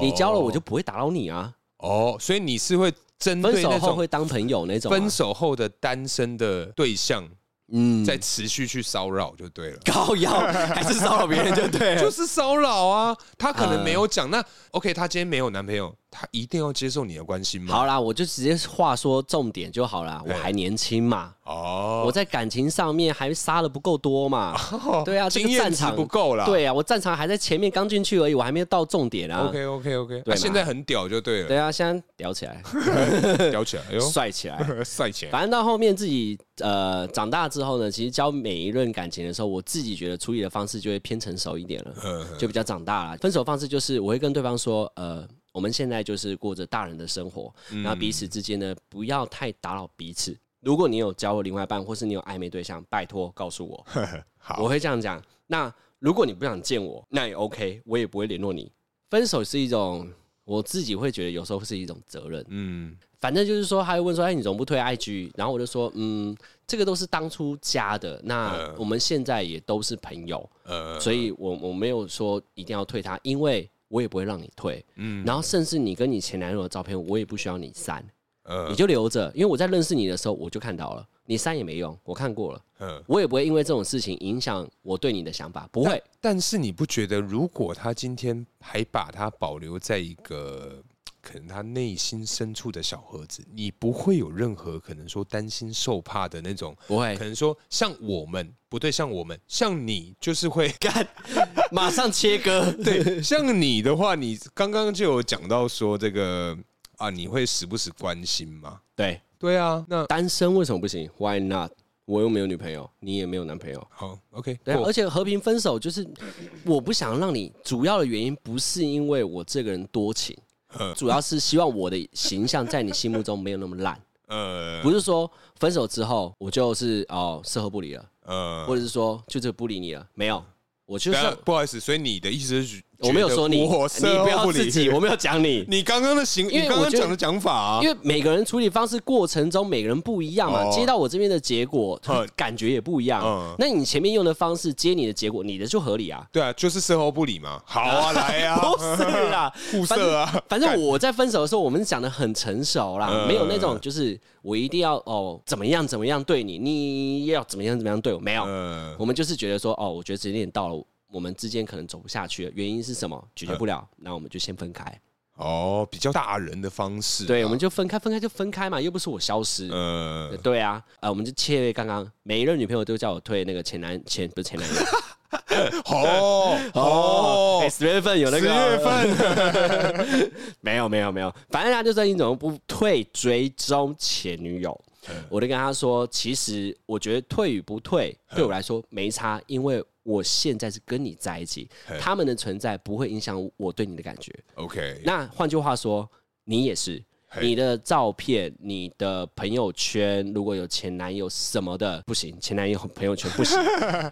[SPEAKER 1] 你交了我就不会打扰你啊。
[SPEAKER 2] 哦，所以你是会针
[SPEAKER 1] 分
[SPEAKER 2] 嗯对
[SPEAKER 1] 手
[SPEAKER 2] 那
[SPEAKER 1] 后
[SPEAKER 2] 种
[SPEAKER 1] 会当朋友那种啊、
[SPEAKER 2] 分手后的单身的对象，
[SPEAKER 1] 嗯，
[SPEAKER 2] 在持续去骚扰就对了。
[SPEAKER 1] 高腰还是骚扰别人就对了。
[SPEAKER 2] 就是骚扰啊！他可能没有
[SPEAKER 1] 嗯
[SPEAKER 2] 讲，那 OK，他今天没有男朋友，他一定要接受你的关心吗？
[SPEAKER 1] 好啦，我就直接话说重点就好啦。我还年轻嘛，
[SPEAKER 2] 哎哦，
[SPEAKER 1] 我在感情上面还杀的不够多嘛。对啊，这
[SPEAKER 2] 经
[SPEAKER 1] 个
[SPEAKER 2] 验
[SPEAKER 1] 战
[SPEAKER 2] 值
[SPEAKER 1] 场
[SPEAKER 2] 不够啦。
[SPEAKER 1] 对啊，我战场还在前面，刚进去而已，我还没有到重点啊。
[SPEAKER 2] ，OK OK OK，
[SPEAKER 1] 对
[SPEAKER 2] 他
[SPEAKER 1] 嘛
[SPEAKER 2] 现在很屌就对了，
[SPEAKER 1] 对啊，现在屌起 来，
[SPEAKER 2] 哦屌起来， 哎呦，
[SPEAKER 1] 帅起来。
[SPEAKER 2] 赛前
[SPEAKER 1] 反正到后面自己呃长大之后呢，其实交每一任感情的时候，我自己觉得处理的方式就会偏成熟一点了，
[SPEAKER 2] 嗯
[SPEAKER 1] 就比较长大了。分手方式就是我会跟对方说，呃，我们现在就是过着大人的生活，然后彼此之间呢不要太打扰彼此。如果你有交过另外一半，或是你有暧昧对象，拜托告诉我，
[SPEAKER 2] 好
[SPEAKER 1] 我会这样讲。那如果你不想见我，那也 OK，我也不会联络你。分手是一种，我自己会觉得有时候是一种责任。
[SPEAKER 2] 嗯，
[SPEAKER 1] 反正就是说，他会问说：“哎，你怎么不推 IG？” 然后我就说：“嗯，这个都是当初加的，那我们现在也都是朋友，
[SPEAKER 2] 呃，
[SPEAKER 1] 所以我我没有说一定要退他，因为我也不会让你退。嗯，然后甚至你跟你前男友的照片，我也不需要你删，
[SPEAKER 2] 呃
[SPEAKER 1] 你就留着，因为我在认识你的时候我就看到了，你删也没用，我看过了，
[SPEAKER 2] 呃，
[SPEAKER 1] 我也不会因为这种事情影响我对你的想法，不 会。
[SPEAKER 2] 但是你不觉得，如果他今天还把它保留在一个可能他内心深处的小盒子，你不会有任何可能说担心受怕的那种
[SPEAKER 1] 不会
[SPEAKER 2] 可，能说像我们不对，像我们，像你就是会
[SPEAKER 1] 马上切割。
[SPEAKER 2] 对， 像你的话，你刚刚就有讲到说这个啊，你会时不时关心嘛？
[SPEAKER 1] 对，
[SPEAKER 2] 对啊，那
[SPEAKER 1] 单身为什么不行？Why not？我又没有女朋友，你也没有男朋友。
[SPEAKER 2] 好，OK，
[SPEAKER 1] 对、啊，
[SPEAKER 2] 过
[SPEAKER 1] 而且和平分手就是我不想让你，主要的原因不是因为我这个人多情
[SPEAKER 2] 嗯，
[SPEAKER 1] 主要是希望我的形象在你心目中没有那么 烂。
[SPEAKER 2] 呃
[SPEAKER 1] 不是说分手之后我就是哦事后不理了，
[SPEAKER 2] 呃，
[SPEAKER 1] 或者是说就这个不理你了，没有，我就
[SPEAKER 2] 等一下
[SPEAKER 1] 是
[SPEAKER 2] 不好意思，所以你的意思是
[SPEAKER 1] 我没有说你，
[SPEAKER 2] 觉得我
[SPEAKER 1] 你不要自己，
[SPEAKER 2] 售后不理
[SPEAKER 1] 我没有讲你，
[SPEAKER 2] 你刚刚的行，
[SPEAKER 1] 因为
[SPEAKER 2] 你刚刚
[SPEAKER 1] 我觉得
[SPEAKER 2] 讲的讲法、啊，
[SPEAKER 1] 因为每个人处理方式过程中，每个人不一样嘛，
[SPEAKER 2] 哦
[SPEAKER 1] 接到我这边的结果
[SPEAKER 2] 嗯，
[SPEAKER 1] 感觉也不一样
[SPEAKER 2] 嗯。
[SPEAKER 1] 那你前面用的方式接你的结果，你的就合理 啊。
[SPEAKER 2] 对啊，就是售后不理嘛。好啊，来啊，，
[SPEAKER 1] 不是啦
[SPEAKER 2] 互射啊
[SPEAKER 1] 反正反正我在分手的时候，我们讲的很成熟啦，
[SPEAKER 2] 嗯
[SPEAKER 1] 没有那种就是我一定要哦怎么样怎么样对你，你要怎么样怎么样对我，没有，
[SPEAKER 2] 嗯
[SPEAKER 1] 我们就是觉得说哦，我觉得时间点到了，我们之间可能走不下去了，原因是什么？解决不了，那我们就先分开。
[SPEAKER 2] 哦，比较大人的方式啊、
[SPEAKER 1] 对，我们就分开，分开就分开嘛，又不是我消失。
[SPEAKER 2] 呃，
[SPEAKER 1] 对啊，啊，我们就切了刚刚每一任女朋友都叫我退那个前男前不是前男友
[SPEAKER 2] 哦
[SPEAKER 1] 哎
[SPEAKER 2] 哦，
[SPEAKER 1] 十月份有那
[SPEAKER 2] 十
[SPEAKER 1] 个
[SPEAKER 2] 月 份
[SPEAKER 1] 没有没有没有，反正他就是一种不退追踪前女友。我就跟他说，其实我觉得退与不退对我来说没差，因为我现在是跟你在一起，他们的存在不会影响我对你的感觉。
[SPEAKER 2] ，OK，
[SPEAKER 1] 那换句话说，你也是。
[SPEAKER 2] 嘿
[SPEAKER 1] 你的照片、你的朋友圈，如果有前男友什么的，不行；前男友朋友圈不行。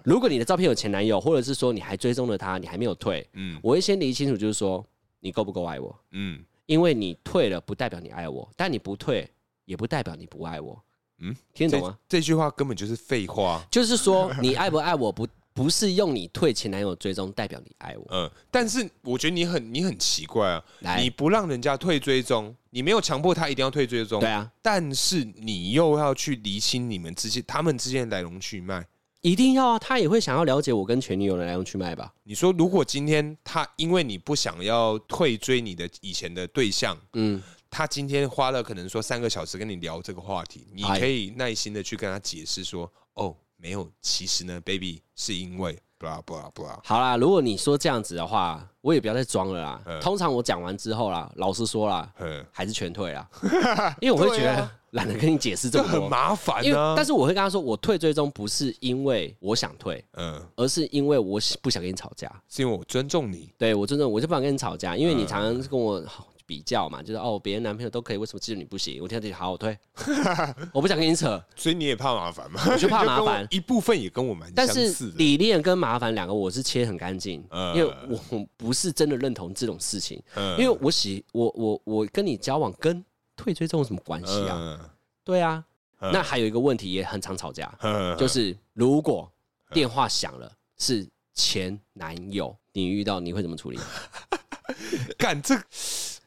[SPEAKER 1] 如果你的照片有前男友，或者是说你还追踪了他，你还没有退，
[SPEAKER 2] 嗯
[SPEAKER 1] 我会先理清楚，就是说你够不够爱我，
[SPEAKER 2] 嗯
[SPEAKER 1] 因为你退了不代表你爱我，但你不退也不代表你不爱我。
[SPEAKER 2] 嗯，
[SPEAKER 1] 听得懂
[SPEAKER 2] 这
[SPEAKER 1] 吗？
[SPEAKER 2] 这句话根本就是废话。
[SPEAKER 1] 就是说你爱不爱我不不是用你退前男友追踪代表你爱我。
[SPEAKER 2] 嗯，但是我觉得你很你很奇怪啊，
[SPEAKER 1] 来
[SPEAKER 2] 你不让人家退追踪，你没有强迫他一定要退追踪，
[SPEAKER 1] 对啊，
[SPEAKER 2] 但是你又要去厘清你们之间他们之间的来龙去脉。
[SPEAKER 1] 一定要啊，他也会想要了解我跟前女友的来龙去脉吧？
[SPEAKER 2] 你说，如果今天他因为你不想要退追你的以前的对象，
[SPEAKER 1] 嗯，
[SPEAKER 2] 他今天花了可能说三个小时跟你聊这个话题，你
[SPEAKER 1] 哎
[SPEAKER 2] 可以耐心的去跟他解释说，哦，没有，其实呢，baby 是因为 blah blah blah，
[SPEAKER 1] 好啦，如果你说这样子的话，我也不要再装了啦。
[SPEAKER 2] 嗯
[SPEAKER 1] 通常我讲完之后啦，老实说啦，
[SPEAKER 2] 嗯，
[SPEAKER 1] 还是全退 啦，因为我会觉
[SPEAKER 2] 对
[SPEAKER 1] 得
[SPEAKER 2] 啊
[SPEAKER 1] 懒得跟你解释这
[SPEAKER 2] 这
[SPEAKER 1] 么
[SPEAKER 2] 很
[SPEAKER 1] 多。
[SPEAKER 2] 麻烦
[SPEAKER 1] 因为，
[SPEAKER 2] 啊
[SPEAKER 1] 但，是我会跟他说，我退最终不是因为我想退，
[SPEAKER 2] 嗯，
[SPEAKER 1] 而是因为我不想跟你吵架。
[SPEAKER 2] 是因为我尊重你，
[SPEAKER 1] 对我尊重，我就不想跟你吵架，因为
[SPEAKER 2] 嗯
[SPEAKER 1] 你常常跟我好比较嘛，就是哦，别人男朋友都可以，为什么只有你不行？我听到这里，好，我 退，我不想跟你扯。
[SPEAKER 2] 所以你也怕麻烦嘛，
[SPEAKER 1] 我就怕
[SPEAKER 2] 跟 我
[SPEAKER 1] 麻烦
[SPEAKER 2] 一部分也跟我蛮
[SPEAKER 1] 但
[SPEAKER 2] 相
[SPEAKER 1] 是
[SPEAKER 2] 似的，
[SPEAKER 1] 理念跟麻烦两个，我是切很干净，
[SPEAKER 2] 呃
[SPEAKER 1] 因为我不是真的认同这种事情，
[SPEAKER 2] 嗯
[SPEAKER 1] 因为我喜我我我跟你交往跟退追这有什么关系啊？
[SPEAKER 2] 嗯
[SPEAKER 1] 对啊，
[SPEAKER 2] 嗯
[SPEAKER 1] 那还有一个问题也很常吵架，
[SPEAKER 2] 嗯
[SPEAKER 1] 就是如果电话响了是前男友，你遇到你会怎么处理？
[SPEAKER 2] 干这。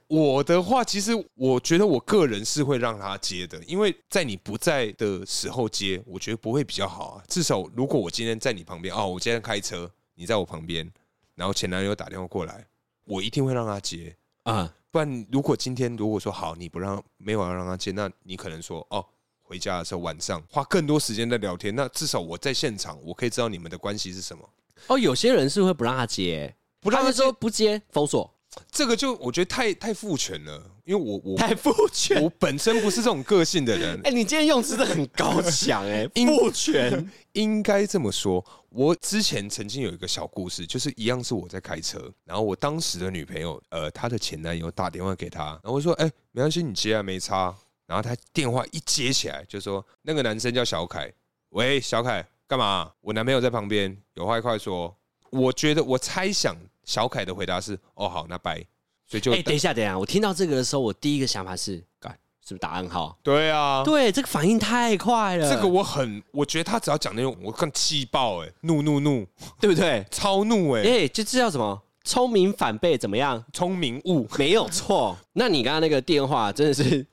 [SPEAKER 2] 我的话，其实我觉得我个人是会让他接的，因为在你不在的时候接，我觉得不会比较好啊。至少如果我今天在你旁边，哦，我今天开车，你在我旁边，然后前男友打电话过来，我一定会让他接。
[SPEAKER 1] 啊、
[SPEAKER 2] 不然，如果今天如果说好，你不让没有要让他接，那你可能说哦，回家的时候晚上花更多时间在聊天，那至少我在现场，我可以知道你们的关系是什么。
[SPEAKER 1] 哦，有些人是会不让他接，
[SPEAKER 2] 不让
[SPEAKER 1] 他
[SPEAKER 2] 他
[SPEAKER 1] 就说不接封锁，
[SPEAKER 2] 这个就我觉得太太父权了，因为我我
[SPEAKER 1] 太父权。
[SPEAKER 2] 我本身不是这种个性的人，
[SPEAKER 1] 哎、你今天用词真的很高强 哎、父权。
[SPEAKER 2] 应该这么说。我之前曾经有一个小故事，就是一样是我在开车，然后我当时的女朋友，呃，她的前男友打电话给她，然后我说，哎、没关系，你接啊，没差。然后她电话一接起来，就说那个男生叫小凯，喂，小凯，干嘛？我男朋友在旁边，有话快说。我觉得我猜想小凯的回答是，哦，好，那拜。所以就
[SPEAKER 1] 哎、等一下，等一下，我听到这个的时候，我第一个想法是，干是不是打暗号？
[SPEAKER 2] 对啊，
[SPEAKER 1] 对，这个反应太快了，
[SPEAKER 2] 这个我很，我觉得他只要讲那种，我更气爆哎、怒怒怒，
[SPEAKER 1] 对不对？
[SPEAKER 2] 超怒哎、
[SPEAKER 1] 哎、就这叫什么？聪明反被怎么样？
[SPEAKER 2] 聪明误，
[SPEAKER 1] 没有 错。那你刚刚那个电话真的是，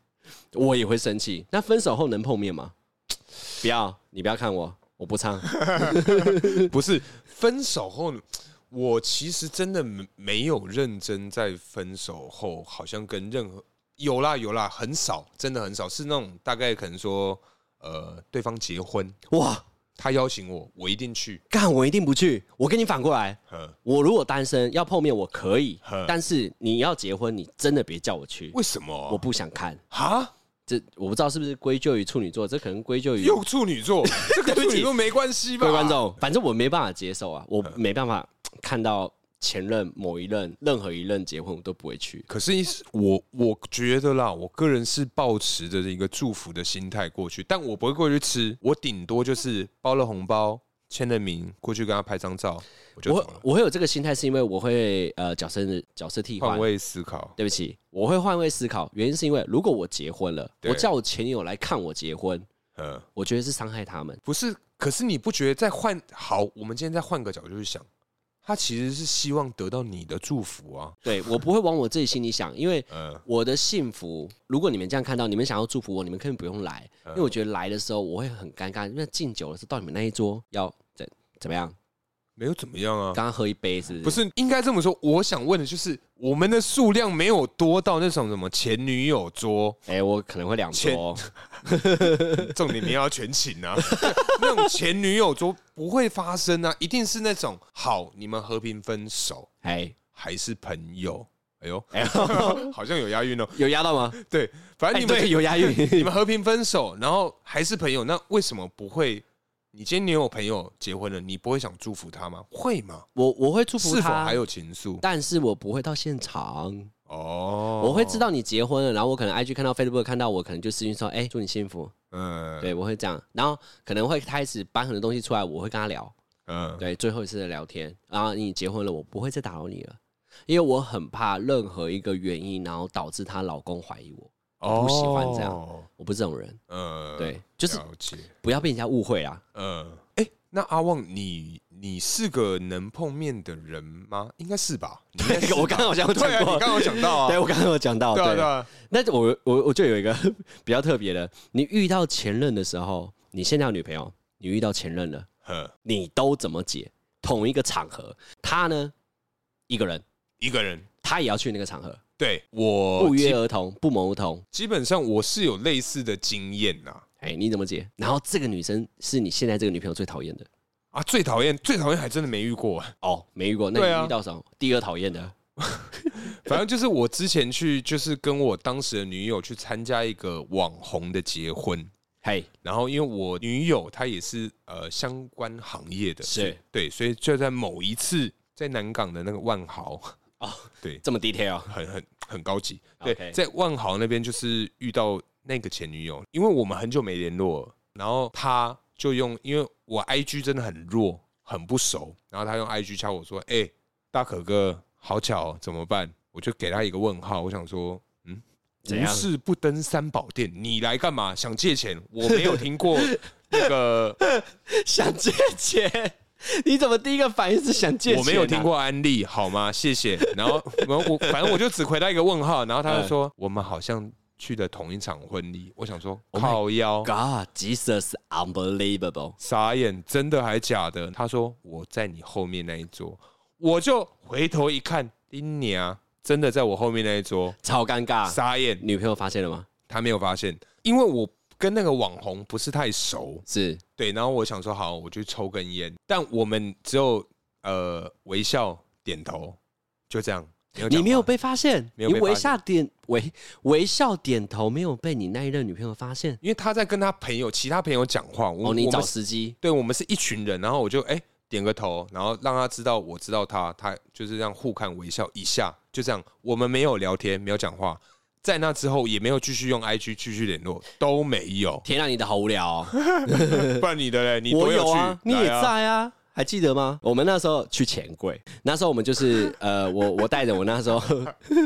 [SPEAKER 1] 我也会生气。那分手后能碰面吗？不要，你不要看我，我不 唱。
[SPEAKER 2] 不是分手后，我其实真的没没有认真在分手后，好像跟任何有啦有啦，很少，真的很少，是那种大概可能说，呃，对方结婚，
[SPEAKER 1] 哇，
[SPEAKER 2] 他邀请我，我一定去，
[SPEAKER 1] 干，我一定不去。我跟你反过来，
[SPEAKER 2] 嗯，
[SPEAKER 1] 我如果单身要碰面我可以
[SPEAKER 2] 呵，
[SPEAKER 1] 但是你要结婚，你真的别叫我去，
[SPEAKER 2] 为什么
[SPEAKER 1] 我
[SPEAKER 2] 啊？
[SPEAKER 1] 不想看。
[SPEAKER 2] 哈，
[SPEAKER 1] 这我不知道是不是归咎于处女座，这可能归咎于
[SPEAKER 2] 又处女座，这个
[SPEAKER 1] 对不
[SPEAKER 2] 处
[SPEAKER 1] 起
[SPEAKER 2] 女座没关系吧？
[SPEAKER 1] 各位观，众，反正我没办法接受啊，我没办法看到前任某一任任何一任结婚我都不会去。
[SPEAKER 2] 可是我我觉得啦，我个人是抱持着一个祝福的心态过去，但我不会过去吃，我顶多就是包了红包，签了名，过去跟他拍张照，我就走
[SPEAKER 1] 我
[SPEAKER 2] 了。
[SPEAKER 1] 我会有这个心态，是因为我会呃角色角色替换
[SPEAKER 2] 换。位思考，
[SPEAKER 1] 对不起，我会换位思考，原因是因为如果我结婚了，
[SPEAKER 2] 对
[SPEAKER 1] 我叫我前女友来看我结婚，
[SPEAKER 2] 嗯，
[SPEAKER 1] 我觉得是伤害他们。
[SPEAKER 2] 不是。可是你不觉得再换好？我们今天再换个角度去想，他其实是希望得到你的祝福啊。
[SPEAKER 1] 对我不会往我自己心里想，因为
[SPEAKER 2] 嗯，
[SPEAKER 1] 我的幸福，如果你们这样看到，你们想要祝福我，你们根本不用来，因为我觉得来的时候我会很尴尬，因为敬酒的时候到你们那一桌要怎怎么样？
[SPEAKER 2] 没有怎么样啊。
[SPEAKER 1] 刚刚喝一杯是不是？
[SPEAKER 2] 不，是，应该这么说。我想问的就是，我们的数量没有多到那种什么前女友桌，
[SPEAKER 1] 哎、我可能会两
[SPEAKER 2] 前
[SPEAKER 1] 桌，
[SPEAKER 2] 重点你要全请啊， 那种前女友桌不会发生啊，一定是那种好，你们和平分手
[SPEAKER 1] 哎
[SPEAKER 2] 还是朋友？哎呦，
[SPEAKER 1] 哎呦，
[SPEAKER 2] 好像有押韵哦。
[SPEAKER 1] 有压到吗？
[SPEAKER 2] 对，反
[SPEAKER 1] 哎，
[SPEAKER 2] 正你们、
[SPEAKER 1] 对，有押韵。
[SPEAKER 2] 你们和平分手，然后还是朋友，那为什么不会？你今天你有朋友结婚了，你不会想祝福他吗？会吗？
[SPEAKER 1] 我我会祝福
[SPEAKER 2] 是否
[SPEAKER 1] 他
[SPEAKER 2] 还，有情愫？
[SPEAKER 1] 但是我不会到现场。
[SPEAKER 2] 哦，
[SPEAKER 1] 我会知，道你结婚了，然后我可能 IG 看到 Facebook 看到我，可能就私信说，哎、祝你幸福。
[SPEAKER 2] 嗯，
[SPEAKER 1] 对，我会这样，然后可能会开始搬很多东西出来，我会跟他聊。
[SPEAKER 2] 嗯，
[SPEAKER 1] 对，最后一次的聊天，然后你结婚了，我不会再打扰你了，因为我很怕任何一个原因，然后导致她老公怀疑我，我不喜欢这样
[SPEAKER 2] 哦
[SPEAKER 1] 我不是这种人，
[SPEAKER 2] 呃，
[SPEAKER 1] 对就是
[SPEAKER 2] 了解，
[SPEAKER 1] 不要被人家误会啊。
[SPEAKER 2] 呃，哎、那阿旺，你你是个能碰面的人吗？应该是吧？你应该是吧
[SPEAKER 1] 我刚刚好像有讲
[SPEAKER 2] 对啊，
[SPEAKER 1] 过
[SPEAKER 2] 你刚刚有讲到啊，
[SPEAKER 1] 对，我刚刚有讲到，
[SPEAKER 2] 对啊，对
[SPEAKER 1] 对，
[SPEAKER 2] 啊，
[SPEAKER 1] 那我我我就有一个 比较特别的，你遇到前任的时候，你现在有女朋友，你遇到前任了，
[SPEAKER 2] 呵，
[SPEAKER 1] 你都怎么解？同一个场合，他呢一个人，
[SPEAKER 2] 一个人，
[SPEAKER 1] 他也要去那个场合，
[SPEAKER 2] 对我
[SPEAKER 1] 不约
[SPEAKER 2] 基，
[SPEAKER 1] 而同，不谋而同。
[SPEAKER 2] 基本上我是有类似的经验呐、
[SPEAKER 1] 哎，你怎么解？然后这个女生是你现在这个女朋友最讨厌的。
[SPEAKER 2] 啊。最讨厌，最讨厌，还真的没遇过、啊
[SPEAKER 1] 哦，没遇过，
[SPEAKER 2] 对
[SPEAKER 1] 那
[SPEAKER 2] 啊
[SPEAKER 1] 你遇到什么？第二讨厌的，
[SPEAKER 2] 反正就是我之前去，就是跟我当时的女友去参加一个网红的结婚，
[SPEAKER 1] 嘿，
[SPEAKER 2] 然后因为我女友她也是呃相关行业的，
[SPEAKER 1] 是
[SPEAKER 2] 对，所以就在某一次在南港的那个万豪，
[SPEAKER 1] 哦，
[SPEAKER 2] 对，
[SPEAKER 1] 这么 detail，啊
[SPEAKER 2] 很很很高级，对
[SPEAKER 1] OK
[SPEAKER 2] 在万豪那边就是遇到那个前女友，因为我们很久没联络了，然后她就用，因为我 IG 真的很弱，很不熟，然后她用 IG 敲我说，哎、大可哥，好巧、哦，怎么办？我就给她一个问号，我想说。嗯，
[SPEAKER 1] 怎
[SPEAKER 2] 无
[SPEAKER 1] 样
[SPEAKER 2] 事不登三宝殿，你来干嘛？想借钱？我没有听过那个
[SPEAKER 1] 想借钱？你怎么第一个反应是想借钱啊？
[SPEAKER 2] 我没有听过安利，好吗？谢谢。然后，然后我反正我就只回答一个问号，然后他就说、
[SPEAKER 1] 嗯
[SPEAKER 2] 我们好像去了同一场婚礼。我想说
[SPEAKER 1] Oh my
[SPEAKER 2] 靠腰，
[SPEAKER 1] God, Jesus, unbelievable！
[SPEAKER 2] 傻眼，真的还假的？他说我在你后面那一桌，我就回头一看，丁娘真的在我后面那一桌，
[SPEAKER 1] 超尴尬。
[SPEAKER 2] 傻眼，
[SPEAKER 1] 女朋友发现了吗？
[SPEAKER 2] 他没有发现，因为我跟那个网红不是太熟，
[SPEAKER 1] 是
[SPEAKER 2] 对。然后我想说好，我去抽根烟，但我们只有呃微笑点头，就这样。
[SPEAKER 1] 你
[SPEAKER 2] 讲
[SPEAKER 1] 没有
[SPEAKER 2] 话
[SPEAKER 1] 被发现，
[SPEAKER 2] 没有
[SPEAKER 1] 你
[SPEAKER 2] 被
[SPEAKER 1] 微
[SPEAKER 2] 发现
[SPEAKER 1] 笑点微微笑点头，没有被你那一任女朋友发现。
[SPEAKER 2] 因为他在跟他朋友、其他朋友讲话，我、
[SPEAKER 1] 哦，你
[SPEAKER 2] 我
[SPEAKER 1] 找
[SPEAKER 2] 们
[SPEAKER 1] 时机，。
[SPEAKER 2] 对我们是一群人，然后我就哎、点个头，然后让他知道我知道他，他就是这样互看微笑一下，就这样，我们没有聊天，没有讲话，在那之后也没有继续用 IG 继续联络，都没有
[SPEAKER 1] 天啊，你的好无聊、哦。
[SPEAKER 2] 不然你的嘞，你
[SPEAKER 1] 我
[SPEAKER 2] 多
[SPEAKER 1] 有
[SPEAKER 2] 趣，
[SPEAKER 1] 啊，你也
[SPEAKER 2] 来啊，
[SPEAKER 1] 在啊，还记得吗？我们那时候去钱柜，那时候我们 就是呃，我我带着我那时候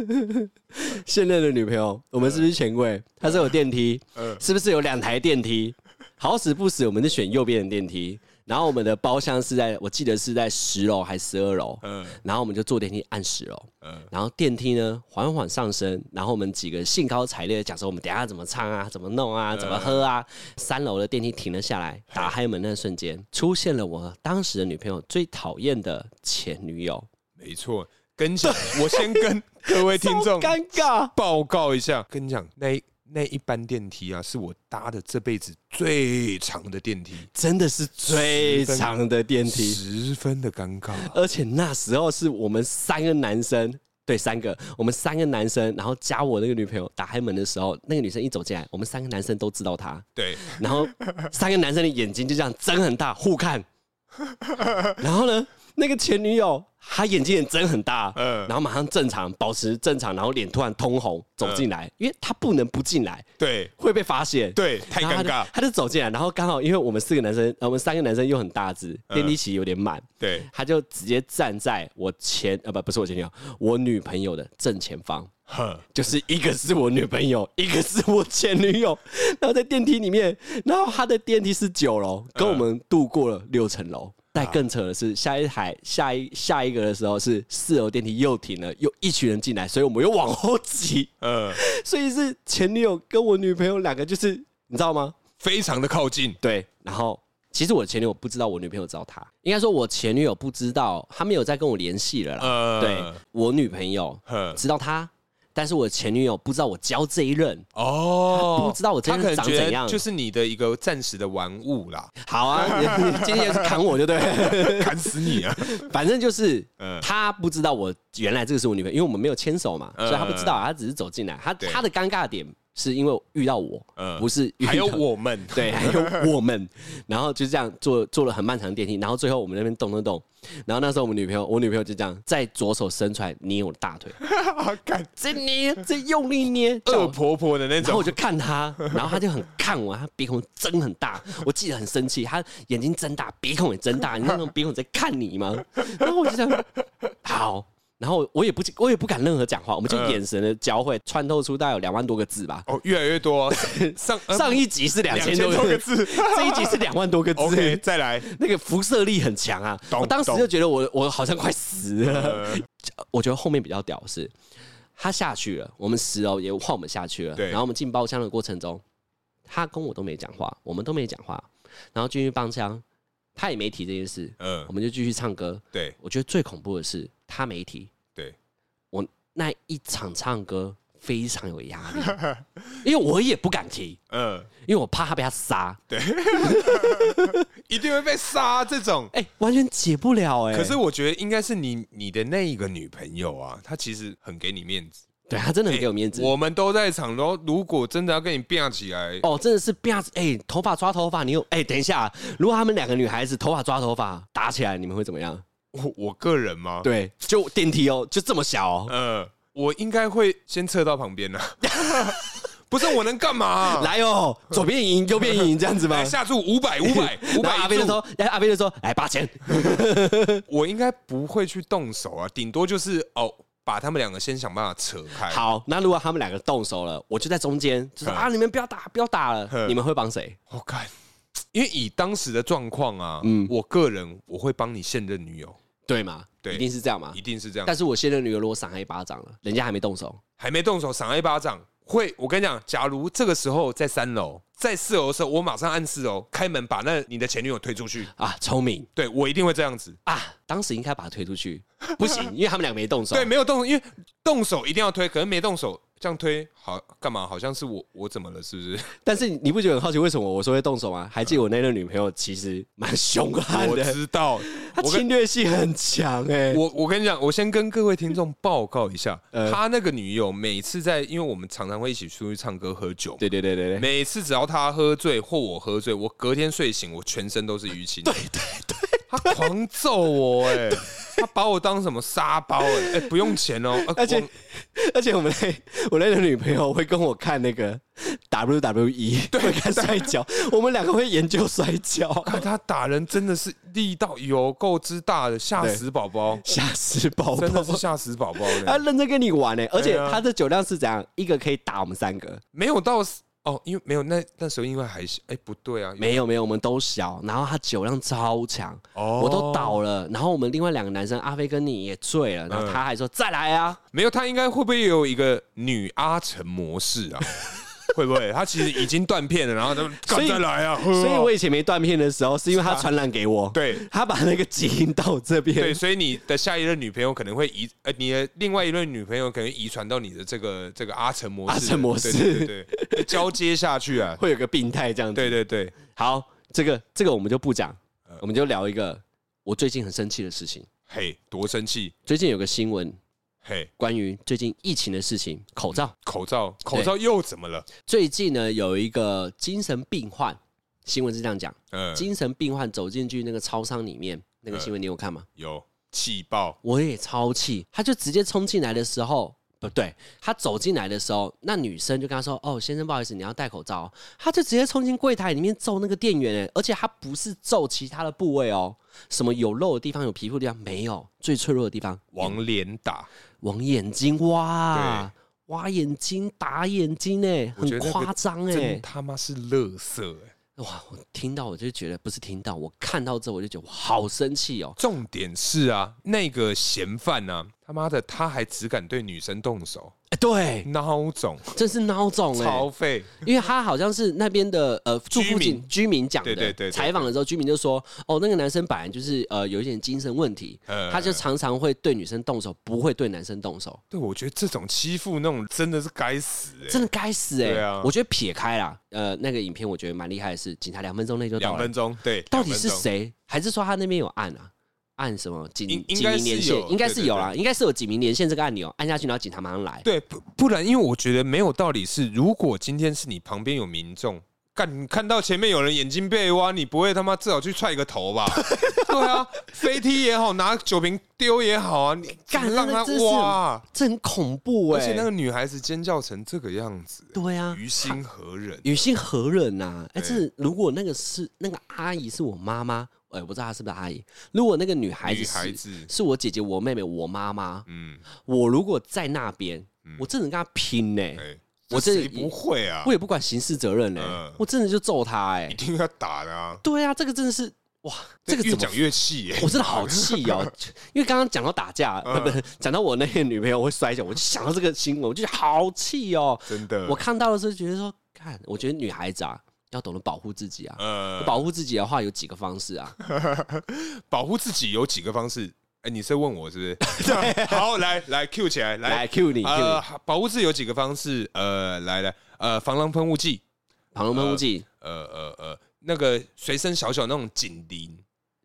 [SPEAKER 1] 现任的女朋友，我们是不是钱柜？它是有电梯，
[SPEAKER 2] 嗯
[SPEAKER 1] 是不是有两台电梯？好死不死，我们是选右边的电梯，然后我们的包厢是在我记得是在十楼还是十二楼，
[SPEAKER 2] 嗯
[SPEAKER 1] 然后我们就坐电梯按十楼。
[SPEAKER 2] 嗯
[SPEAKER 1] 然后电梯呢缓缓上升，然后我们几个兴高采烈的讲说我们等一下怎么唱啊，怎么弄
[SPEAKER 2] 嗯
[SPEAKER 1] 啊，怎么喝啊。三楼的电梯停了下来，打开门那瞬间，出现了我当时的女朋友最讨厌的前女友，
[SPEAKER 2] 没错，跟讲，我先跟各位听
[SPEAKER 1] 超
[SPEAKER 2] 众
[SPEAKER 1] 尴尬。
[SPEAKER 2] 报告一下，跟你讲，那一那一班电梯啊，是我搭的这辈子最长的电梯，
[SPEAKER 1] 真的是最长的电梯，
[SPEAKER 2] 十分的尴尬。
[SPEAKER 1] 而且那时候是我们三个男生，对，三个，我们三个男生，然后加我那个女朋友，打开门的时候，那个女生一走进来，我们三个男生都知道她，
[SPEAKER 2] 对，
[SPEAKER 1] 然后三个男生的眼睛就这样睁很大，互看。然后呢，那个前女友，她眼睛也睁很大，
[SPEAKER 2] 嗯
[SPEAKER 1] 然后马上正常，保持正常，然后脸突然通红走进来，因为她不能不进来，
[SPEAKER 2] 对
[SPEAKER 1] 会被发现。
[SPEAKER 2] 对，太
[SPEAKER 1] 然后
[SPEAKER 2] 尴
[SPEAKER 1] 他就
[SPEAKER 2] 尬，
[SPEAKER 1] 他就走进来，然后刚好因为我们四个男生，呃我们三个男生又很大只，
[SPEAKER 2] 嗯
[SPEAKER 1] 电梯其实有点满，
[SPEAKER 2] 对
[SPEAKER 1] 他就直接站在我前呃不不是我前女友，我女朋友的正前方，
[SPEAKER 2] 哼，
[SPEAKER 1] 就是一个是我女朋友，一个是我前女友，然后在电梯里面，然后他的电梯是九楼，跟我们度过了六层楼。但更扯的是，下一台下一下一个的时候是四楼电梯又停了，又一群人进来，所以我们又往后挤，
[SPEAKER 2] 呃，
[SPEAKER 1] 所以是前女友跟我女朋友两个，就是你知道吗？
[SPEAKER 2] 非常的靠近，
[SPEAKER 1] 对，然后其实我前女友不知道我女朋友找他，应该说我前女友不知道，她没有再跟我联系了啦。
[SPEAKER 2] 呃，
[SPEAKER 1] 对我女朋友
[SPEAKER 2] 哼，
[SPEAKER 1] 知道他，但是我前女友不知道我交这一任。
[SPEAKER 2] 哦，
[SPEAKER 1] 不知道我真
[SPEAKER 2] 他
[SPEAKER 1] 的
[SPEAKER 2] 可能
[SPEAKER 1] 长
[SPEAKER 2] 觉
[SPEAKER 1] 怎
[SPEAKER 2] 得
[SPEAKER 1] 样
[SPEAKER 2] 就是你的一个暂时的玩物啦，
[SPEAKER 1] 好啊，你你今天是砍我就对了，
[SPEAKER 2] 砍死你啊！
[SPEAKER 1] 反正就是
[SPEAKER 2] 嗯
[SPEAKER 1] 他不知道我原来这个是我女朋友，因为我们没有牵手嘛，
[SPEAKER 2] 嗯
[SPEAKER 1] 所以他不知道，他只是走进来，他
[SPEAKER 2] 对
[SPEAKER 1] 他的尴尬点是因为遇到我
[SPEAKER 2] 嗯，
[SPEAKER 1] 不是遇到
[SPEAKER 2] 还有我们，
[SPEAKER 1] 对， 还有我们，然后就这样坐坐了很漫长的电梯，然后最后我们那边动动动，然后那时候我们女朋友，我女朋友就这样在左手伸出来捏我的大腿，
[SPEAKER 2] 啊，干
[SPEAKER 1] 再捏，再用力捏，叫
[SPEAKER 2] 恶
[SPEAKER 1] 我
[SPEAKER 2] 婆婆的那
[SPEAKER 1] 然后我
[SPEAKER 2] 种，
[SPEAKER 1] 就看他，然后他就很看我，他鼻孔睁很大，我记得很生气，他眼睛睁大，鼻孔也睁大，你知道那种鼻孔在看你吗？然后我就想，好，然后我也不我也不敢任何讲话，我们就
[SPEAKER 2] 嗯
[SPEAKER 1] 眼神的交汇，穿透出大概有两万多个字吧。
[SPEAKER 2] 哦，越来越多，上呃
[SPEAKER 1] 上一集是两千
[SPEAKER 2] 2000
[SPEAKER 1] 多
[SPEAKER 2] 多
[SPEAKER 1] 个
[SPEAKER 2] 个
[SPEAKER 1] 字，
[SPEAKER 2] 字
[SPEAKER 1] 这一集是两万多个字。
[SPEAKER 2] ，OK，再来，
[SPEAKER 1] 那个辐射力很强啊！
[SPEAKER 2] 懂
[SPEAKER 1] 我当时
[SPEAKER 2] 懂
[SPEAKER 1] 就觉得我我好像快死了。
[SPEAKER 2] 呃，
[SPEAKER 1] 我觉得后面比较屌的是，他下去了，我们十楼也换我们下去了。
[SPEAKER 2] 对
[SPEAKER 1] 然后我们进包厢的过程中，他跟我都没讲话，我们都没讲话，然后进去帮腔，他也没提这件事，
[SPEAKER 2] 嗯
[SPEAKER 1] 我，们就继续唱歌。
[SPEAKER 2] 对
[SPEAKER 1] 我觉得最恐怖的是他没提，
[SPEAKER 2] 对，
[SPEAKER 1] 我那一场唱歌非常有压 力，因为我也不敢提，
[SPEAKER 2] 嗯，
[SPEAKER 1] 因为我怕他被他杀。
[SPEAKER 2] 一定会被杀这种。
[SPEAKER 1] 哎、完全解不了哎、
[SPEAKER 2] 可是我觉得应该是你你的那一个女朋友啊，她其实很给你面子，
[SPEAKER 1] 对他
[SPEAKER 2] 哎
[SPEAKER 1] 真的很给我面子。
[SPEAKER 2] 我们都在场，然后如果真的要跟你变起来，
[SPEAKER 1] 哦，真的是不要哎，头发抓头发，你有哎、等一下，如果他们两个女孩子头发抓头发打起来，你们会怎么样？
[SPEAKER 2] 我我个人吗？，
[SPEAKER 1] 对，就电梯哦，就这么小哦，
[SPEAKER 2] 呃，我应该会先撤到旁边呢、 不是我能干嘛、
[SPEAKER 1] 来哦，左边赢，右边赢，这样子吗
[SPEAKER 2] 来？嗯哎下注五百 五百
[SPEAKER 1] 然后
[SPEAKER 2] 五百
[SPEAKER 1] 阿
[SPEAKER 2] 一
[SPEAKER 1] 飞就
[SPEAKER 2] 注，
[SPEAKER 1] 说，哎阿飞就说，来八千，
[SPEAKER 2] 我应该不会去动手啊，顶多就是哦，把他们两个先想办法扯开。
[SPEAKER 1] 好，那如果他们两个动手了，我就在中间，就说
[SPEAKER 2] 嗯
[SPEAKER 1] 啊，你们不要打，不要打了，
[SPEAKER 2] 嗯
[SPEAKER 1] 你们会帮谁？
[SPEAKER 2] 我看，因为以当时的状况啊，
[SPEAKER 1] 嗯
[SPEAKER 2] 我个人我会帮你现任女友，
[SPEAKER 1] 对吗？
[SPEAKER 2] 对
[SPEAKER 1] 一定是这样嘛
[SPEAKER 2] 一。定是这样
[SPEAKER 1] 但。是我现任女友如果赏他一巴掌了，人家还没动手，
[SPEAKER 2] 还没动手，赏他一巴掌。会，我跟你讲，假如这个时候在三楼，在四楼的时候，我马上按四楼开门，把那你的前女友推出去。
[SPEAKER 1] 啊，聪明
[SPEAKER 2] 对我一定会这样子。
[SPEAKER 1] 啊，当时应该把他推出去，不行， 因为他们两个没动手。
[SPEAKER 2] 对，没有动手，因为动手一定要推，可能没动手这样推好干嘛？好像是我我怎么了？是 不是？
[SPEAKER 1] 但是你不觉得很好奇为什么我说会动手吗？还记得我那任女朋友其实蛮凶悍
[SPEAKER 2] 嗯我
[SPEAKER 1] 的，
[SPEAKER 2] 知道，
[SPEAKER 1] 她
[SPEAKER 2] 我跟
[SPEAKER 1] 侵略性很强哎、
[SPEAKER 2] 我我跟你讲，我先跟各位听众报告一下，
[SPEAKER 1] 呃
[SPEAKER 2] 他那个女友每次在，因为我们常常会一起出去唱歌喝酒嘛，
[SPEAKER 1] 对对对对对，
[SPEAKER 2] 每次只要他喝醉或我喝醉，我隔天睡醒，我全身都是淤青。对对对，他狂揍我哎、他把我当什么沙包哎、哎、不用钱 哦、呃
[SPEAKER 1] 而且
[SPEAKER 2] 光
[SPEAKER 1] 而且我们那我那任女朋友会跟我看那个 WWE，对，看摔跤，我们两个会研究摔跤，
[SPEAKER 2] 看他打人真的是力道有够之大的，吓死宝宝，
[SPEAKER 1] 吓死宝啊
[SPEAKER 2] 真
[SPEAKER 1] 宝
[SPEAKER 2] 的。是吓死宝欸宝
[SPEAKER 1] 他
[SPEAKER 2] 嘞！
[SPEAKER 1] 认真跟你玩欸呢、而且
[SPEAKER 2] 对啊
[SPEAKER 1] 他的酒量是怎样？一个可以打我们三个，
[SPEAKER 2] 没有到哦，因为没有那那时候因为还小，哎、不对啊，
[SPEAKER 1] 没有没有，我们都小，然后他酒量超强，
[SPEAKER 2] 哦
[SPEAKER 1] 我都倒了，然后我们另外两个男生阿飞跟你也醉了，然
[SPEAKER 2] 嗯
[SPEAKER 1] 后他还说、再来啊，
[SPEAKER 2] 没有他应该会不会有一个女阿成模式啊？ 会不会他其实已经断片了，然后他们
[SPEAKER 1] 所
[SPEAKER 2] 干
[SPEAKER 1] 以
[SPEAKER 2] 再来啊？喝啊
[SPEAKER 1] 所以我以前没断片的时候，是因为他传染给我，
[SPEAKER 2] 对
[SPEAKER 1] 他把那个基因到我这
[SPEAKER 2] 对，
[SPEAKER 1] 边，
[SPEAKER 2] 所以你的下一任女朋友可能会遗，呃，你的另外一任女朋友可能遗传到你的这个这个阿成模式，
[SPEAKER 1] 阿成模式
[SPEAKER 2] 对对对 对交接下去啊，
[SPEAKER 1] 会有个病态这样子。
[SPEAKER 2] 对对对，嗯
[SPEAKER 1] 好，这个这个我们就不讲，我们就聊一个我最近很生气的事情。
[SPEAKER 2] 嘿，多生气，
[SPEAKER 1] 最近有个新闻，
[SPEAKER 2] 嘿，
[SPEAKER 1] 关于最近疫情的事情，口罩。
[SPEAKER 2] 口罩，口罩又怎么了？
[SPEAKER 1] 最近呢，有一个精神病患，新闻是这样讲，
[SPEAKER 2] 嗯，
[SPEAKER 1] 精神病患走进去那个超商里面，那个新闻你有看吗？
[SPEAKER 2] 有气爆，
[SPEAKER 1] 我也超气，他就直接冲进来的时候。不对，他走进来的时候，那女生就跟他说：“哦，先生，不好意思，你要戴口罩哦。”他就直接冲进柜台里面揍那个店员，欸而且他不是揍其他的部位哦，什么有肉的地方、有皮肤的地方没有，最脆弱的地方
[SPEAKER 2] 王连打，
[SPEAKER 1] 往眼睛挖，挖眼睛、打眼睛，哎，
[SPEAKER 2] 我觉
[SPEAKER 1] 很
[SPEAKER 2] 得那个
[SPEAKER 1] 夸张哎
[SPEAKER 2] 真，他妈是乐色哎！
[SPEAKER 1] 哇！我听到我就觉得不是听到，我看到之后我就觉得我好生气哦。
[SPEAKER 2] 重点是啊，那个嫌犯呢、啊，他妈的他还只敢对女生动手，
[SPEAKER 1] 哎， 对，
[SPEAKER 2] 孬种，
[SPEAKER 1] 真是孬种哎，
[SPEAKER 2] 超废。
[SPEAKER 1] 因为他好像是那边的呃住
[SPEAKER 2] 居
[SPEAKER 1] 附近
[SPEAKER 2] 民
[SPEAKER 1] 居民讲
[SPEAKER 2] 对对对
[SPEAKER 1] 的，
[SPEAKER 2] 对
[SPEAKER 1] 采访的时候居民就说，哦，那个男生本来就是呃有一点精神问题，
[SPEAKER 2] 呃
[SPEAKER 1] 他就常常会对女生动手，不会对男生动手，
[SPEAKER 2] 对，我觉得这种欺负那种真的是该死哎、
[SPEAKER 1] 真的该死哎、
[SPEAKER 2] 对啊
[SPEAKER 1] 我觉得撇开啦，呃，那个影片我觉得蛮厉害的是，警察两分钟内就到
[SPEAKER 2] 两
[SPEAKER 1] 了
[SPEAKER 2] 分，钟，对，
[SPEAKER 1] 到底是
[SPEAKER 2] 两分钟？
[SPEAKER 1] 谁？还是说他那边有按啊？按什么警
[SPEAKER 2] 应
[SPEAKER 1] 警
[SPEAKER 2] 应该
[SPEAKER 1] 民连
[SPEAKER 2] 是有
[SPEAKER 1] 线？应该是有啦，
[SPEAKER 2] 对
[SPEAKER 1] 应该是有警民连线这个按钮，按下去然后警察马上来。
[SPEAKER 2] 对，不不然，因为我觉得没有道理是，如果今天是你旁边有民众。干，你看到前面有人眼睛被挖，你不会他妈至少去踹个 头吧？对啊，飞踢也好，拿酒瓶丢也好啊，你
[SPEAKER 1] 干
[SPEAKER 2] 让
[SPEAKER 1] 那
[SPEAKER 2] 他
[SPEAKER 1] 真是
[SPEAKER 2] 挖啊。
[SPEAKER 1] 这很恐怖哎、
[SPEAKER 2] 而且那个女孩子尖叫成这个样子，
[SPEAKER 1] 对啊，
[SPEAKER 2] 于心何忍？
[SPEAKER 1] 于心何忍呐、哎、
[SPEAKER 2] 对
[SPEAKER 1] 这如果那个是那个阿姨是我妈妈，哎、我不知道她是不是阿姨。如果那个女孩子
[SPEAKER 2] 女
[SPEAKER 1] 是
[SPEAKER 2] 孩子，
[SPEAKER 1] 是我姐姐、我妹妹、我妈妈，
[SPEAKER 2] 嗯，
[SPEAKER 1] 我如果在那边，
[SPEAKER 2] 嗯
[SPEAKER 1] 我真的跟她拼呢、
[SPEAKER 2] 哎，
[SPEAKER 1] 我
[SPEAKER 2] 这
[SPEAKER 1] 这
[SPEAKER 2] 谁不会啊
[SPEAKER 1] 我？也不管刑事责任呢、
[SPEAKER 2] 嗯
[SPEAKER 1] 我真的就揍她哎、
[SPEAKER 2] 一定要打的啊！
[SPEAKER 1] 对啊，这个真的是哇，这个
[SPEAKER 2] 越
[SPEAKER 1] 怎么
[SPEAKER 2] 讲越嗯气耶，
[SPEAKER 1] 我真的好气哦， 因为刚刚讲到打架，呃不是讲到我那个女朋友会摔跤，我就想到这个新闻，我就觉得好气哦。
[SPEAKER 2] 真的。
[SPEAKER 1] 我看到的时候觉得说，看，我觉得女孩子啊，要懂得保护自己啊。
[SPEAKER 2] 呃，
[SPEAKER 1] 保护自己的话有几个方式啊？
[SPEAKER 2] 保护自己有几个方式？哎、你是问我是 不是？ 好，来来 Q 起来，
[SPEAKER 1] 来
[SPEAKER 2] 来
[SPEAKER 1] Q 你 Q
[SPEAKER 2] 呃
[SPEAKER 1] 你，，
[SPEAKER 2] 保护自己有几个方式？呃，来来，呃，防狼喷雾剂，
[SPEAKER 1] 旁龙喷雾剂、
[SPEAKER 2] 呃呃呃，那个随身小小那种警铃，